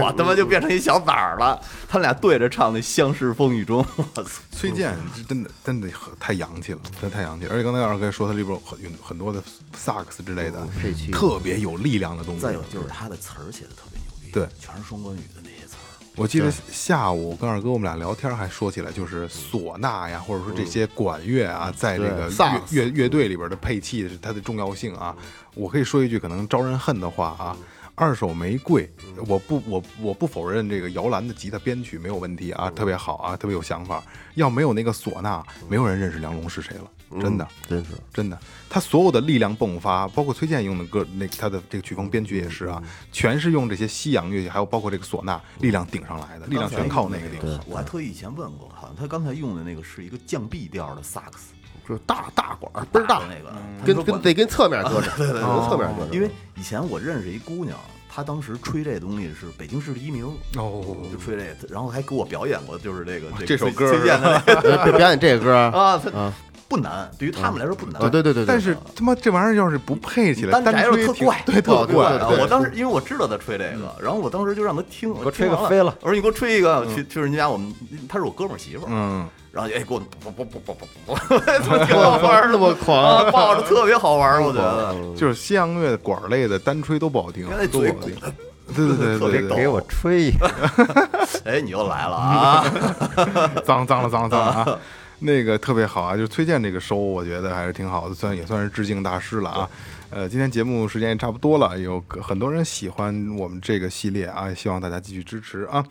Speaker 8: 我他妈就变成一小崽儿了。他俩对着唱那《相识风雨中》，我操！
Speaker 3: 崔健是真的真的很太洋气了，真的太洋气了。而且刚才二哥说他里边有很有很多的萨克斯之类的
Speaker 4: 配器，
Speaker 3: 特别有力量的东西。
Speaker 8: 再有就是他的词儿写的特别牛逼，
Speaker 3: 对，
Speaker 8: 全是双关语的那些词儿。
Speaker 3: 我记得下午跟二哥我们俩聊天，还说起来就是唢呐呀，或者说这些管乐啊，在这个
Speaker 4: 嗯对萨克斯
Speaker 3: 乐乐乐队里边的配器是它的重要性啊。我可以说一句可能招人恨的话啊，二手玫瑰，
Speaker 4: 嗯
Speaker 3: 我不我我不否认这个摇篮的吉他编曲没有问题
Speaker 4: 嗯
Speaker 3: 啊，特别好啊，特别有想法。要没有那个唢呐，没有人认识梁龙是谁了，真的。
Speaker 4: 真是
Speaker 3: 真的，他所有的力量迸发，包括崔健用的歌，那他的这个曲风编曲也是
Speaker 8: 嗯
Speaker 3: 啊，全是用这些西洋乐器，还有包括这个唢呐力量顶上来的，力量全靠那个顶。
Speaker 8: 我还特意以前问过，好像他刚才用的那个是一个降 B 调的萨克斯，
Speaker 4: 就是大大管倍儿大
Speaker 8: 那个，他
Speaker 4: 跟
Speaker 8: 说
Speaker 4: 跟
Speaker 8: 管啊
Speaker 4: 得跟侧面搁着，
Speaker 8: 对对对，
Speaker 4: 跟侧面搁着，
Speaker 8: 因为以前我认识一姑娘，她当时吹这东西是北京市第一名，
Speaker 3: 哦，
Speaker 8: 就吹这，然后还给我表演过，就是这个
Speaker 3: 这首
Speaker 8: 崔
Speaker 3: 歌儿
Speaker 8: 崔健的那个
Speaker 4: 呃表表演这个歌啊，
Speaker 8: 啊，她不难，对于他们来说不难。
Speaker 4: 啊对对对对，
Speaker 3: 但是他妈这玩意儿要是不配起来，
Speaker 8: 单
Speaker 3: 单
Speaker 8: 宅
Speaker 3: 吹
Speaker 8: 特
Speaker 3: 挺
Speaker 8: 怪，
Speaker 3: 对，特
Speaker 8: 怪
Speaker 3: 怪。
Speaker 8: 啊。我当时因为我知道他吹这个，然后我当时就让他听，我
Speaker 6: 我吹
Speaker 8: 听完
Speaker 6: 个飞了
Speaker 8: 我说你给我吹一个，去去人家我们，她是我哥们儿媳妇儿，
Speaker 3: 嗯，
Speaker 8: 然后哎给我不不不不不不不，挺好玩儿的，那么狂，抱着特别好玩儿，我觉得。
Speaker 3: 就是西洋乐管儿类的单吹都不好听，
Speaker 8: 原来
Speaker 3: 都不
Speaker 8: 嘴
Speaker 3: 好听
Speaker 8: 鼓。
Speaker 3: 对对
Speaker 8: (laughs)
Speaker 3: 对
Speaker 8: 特别
Speaker 3: 对
Speaker 8: 高
Speaker 3: 对，
Speaker 6: 给我吹
Speaker 8: (laughs)
Speaker 6: 一个，
Speaker 8: 哎，你又来了啊！
Speaker 3: 脏脏了脏了脏了啊！那个特别好啊，就是崔健这个收，我觉得还是挺好的，算也算是致敬大师了啊。呃，今天节目时间也差不多了，有个很多人喜欢我们这个系列啊，希望大家继续支持啊。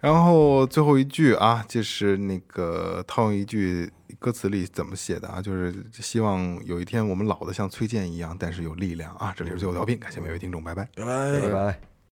Speaker 3: 然后最后一句啊，就是那个套用一句歌词里怎么写的啊，就是希望有一天我们老的像崔健一样，但是有力量啊。这里是最后调频，感谢每位听众，拜拜。
Speaker 6: 拜拜。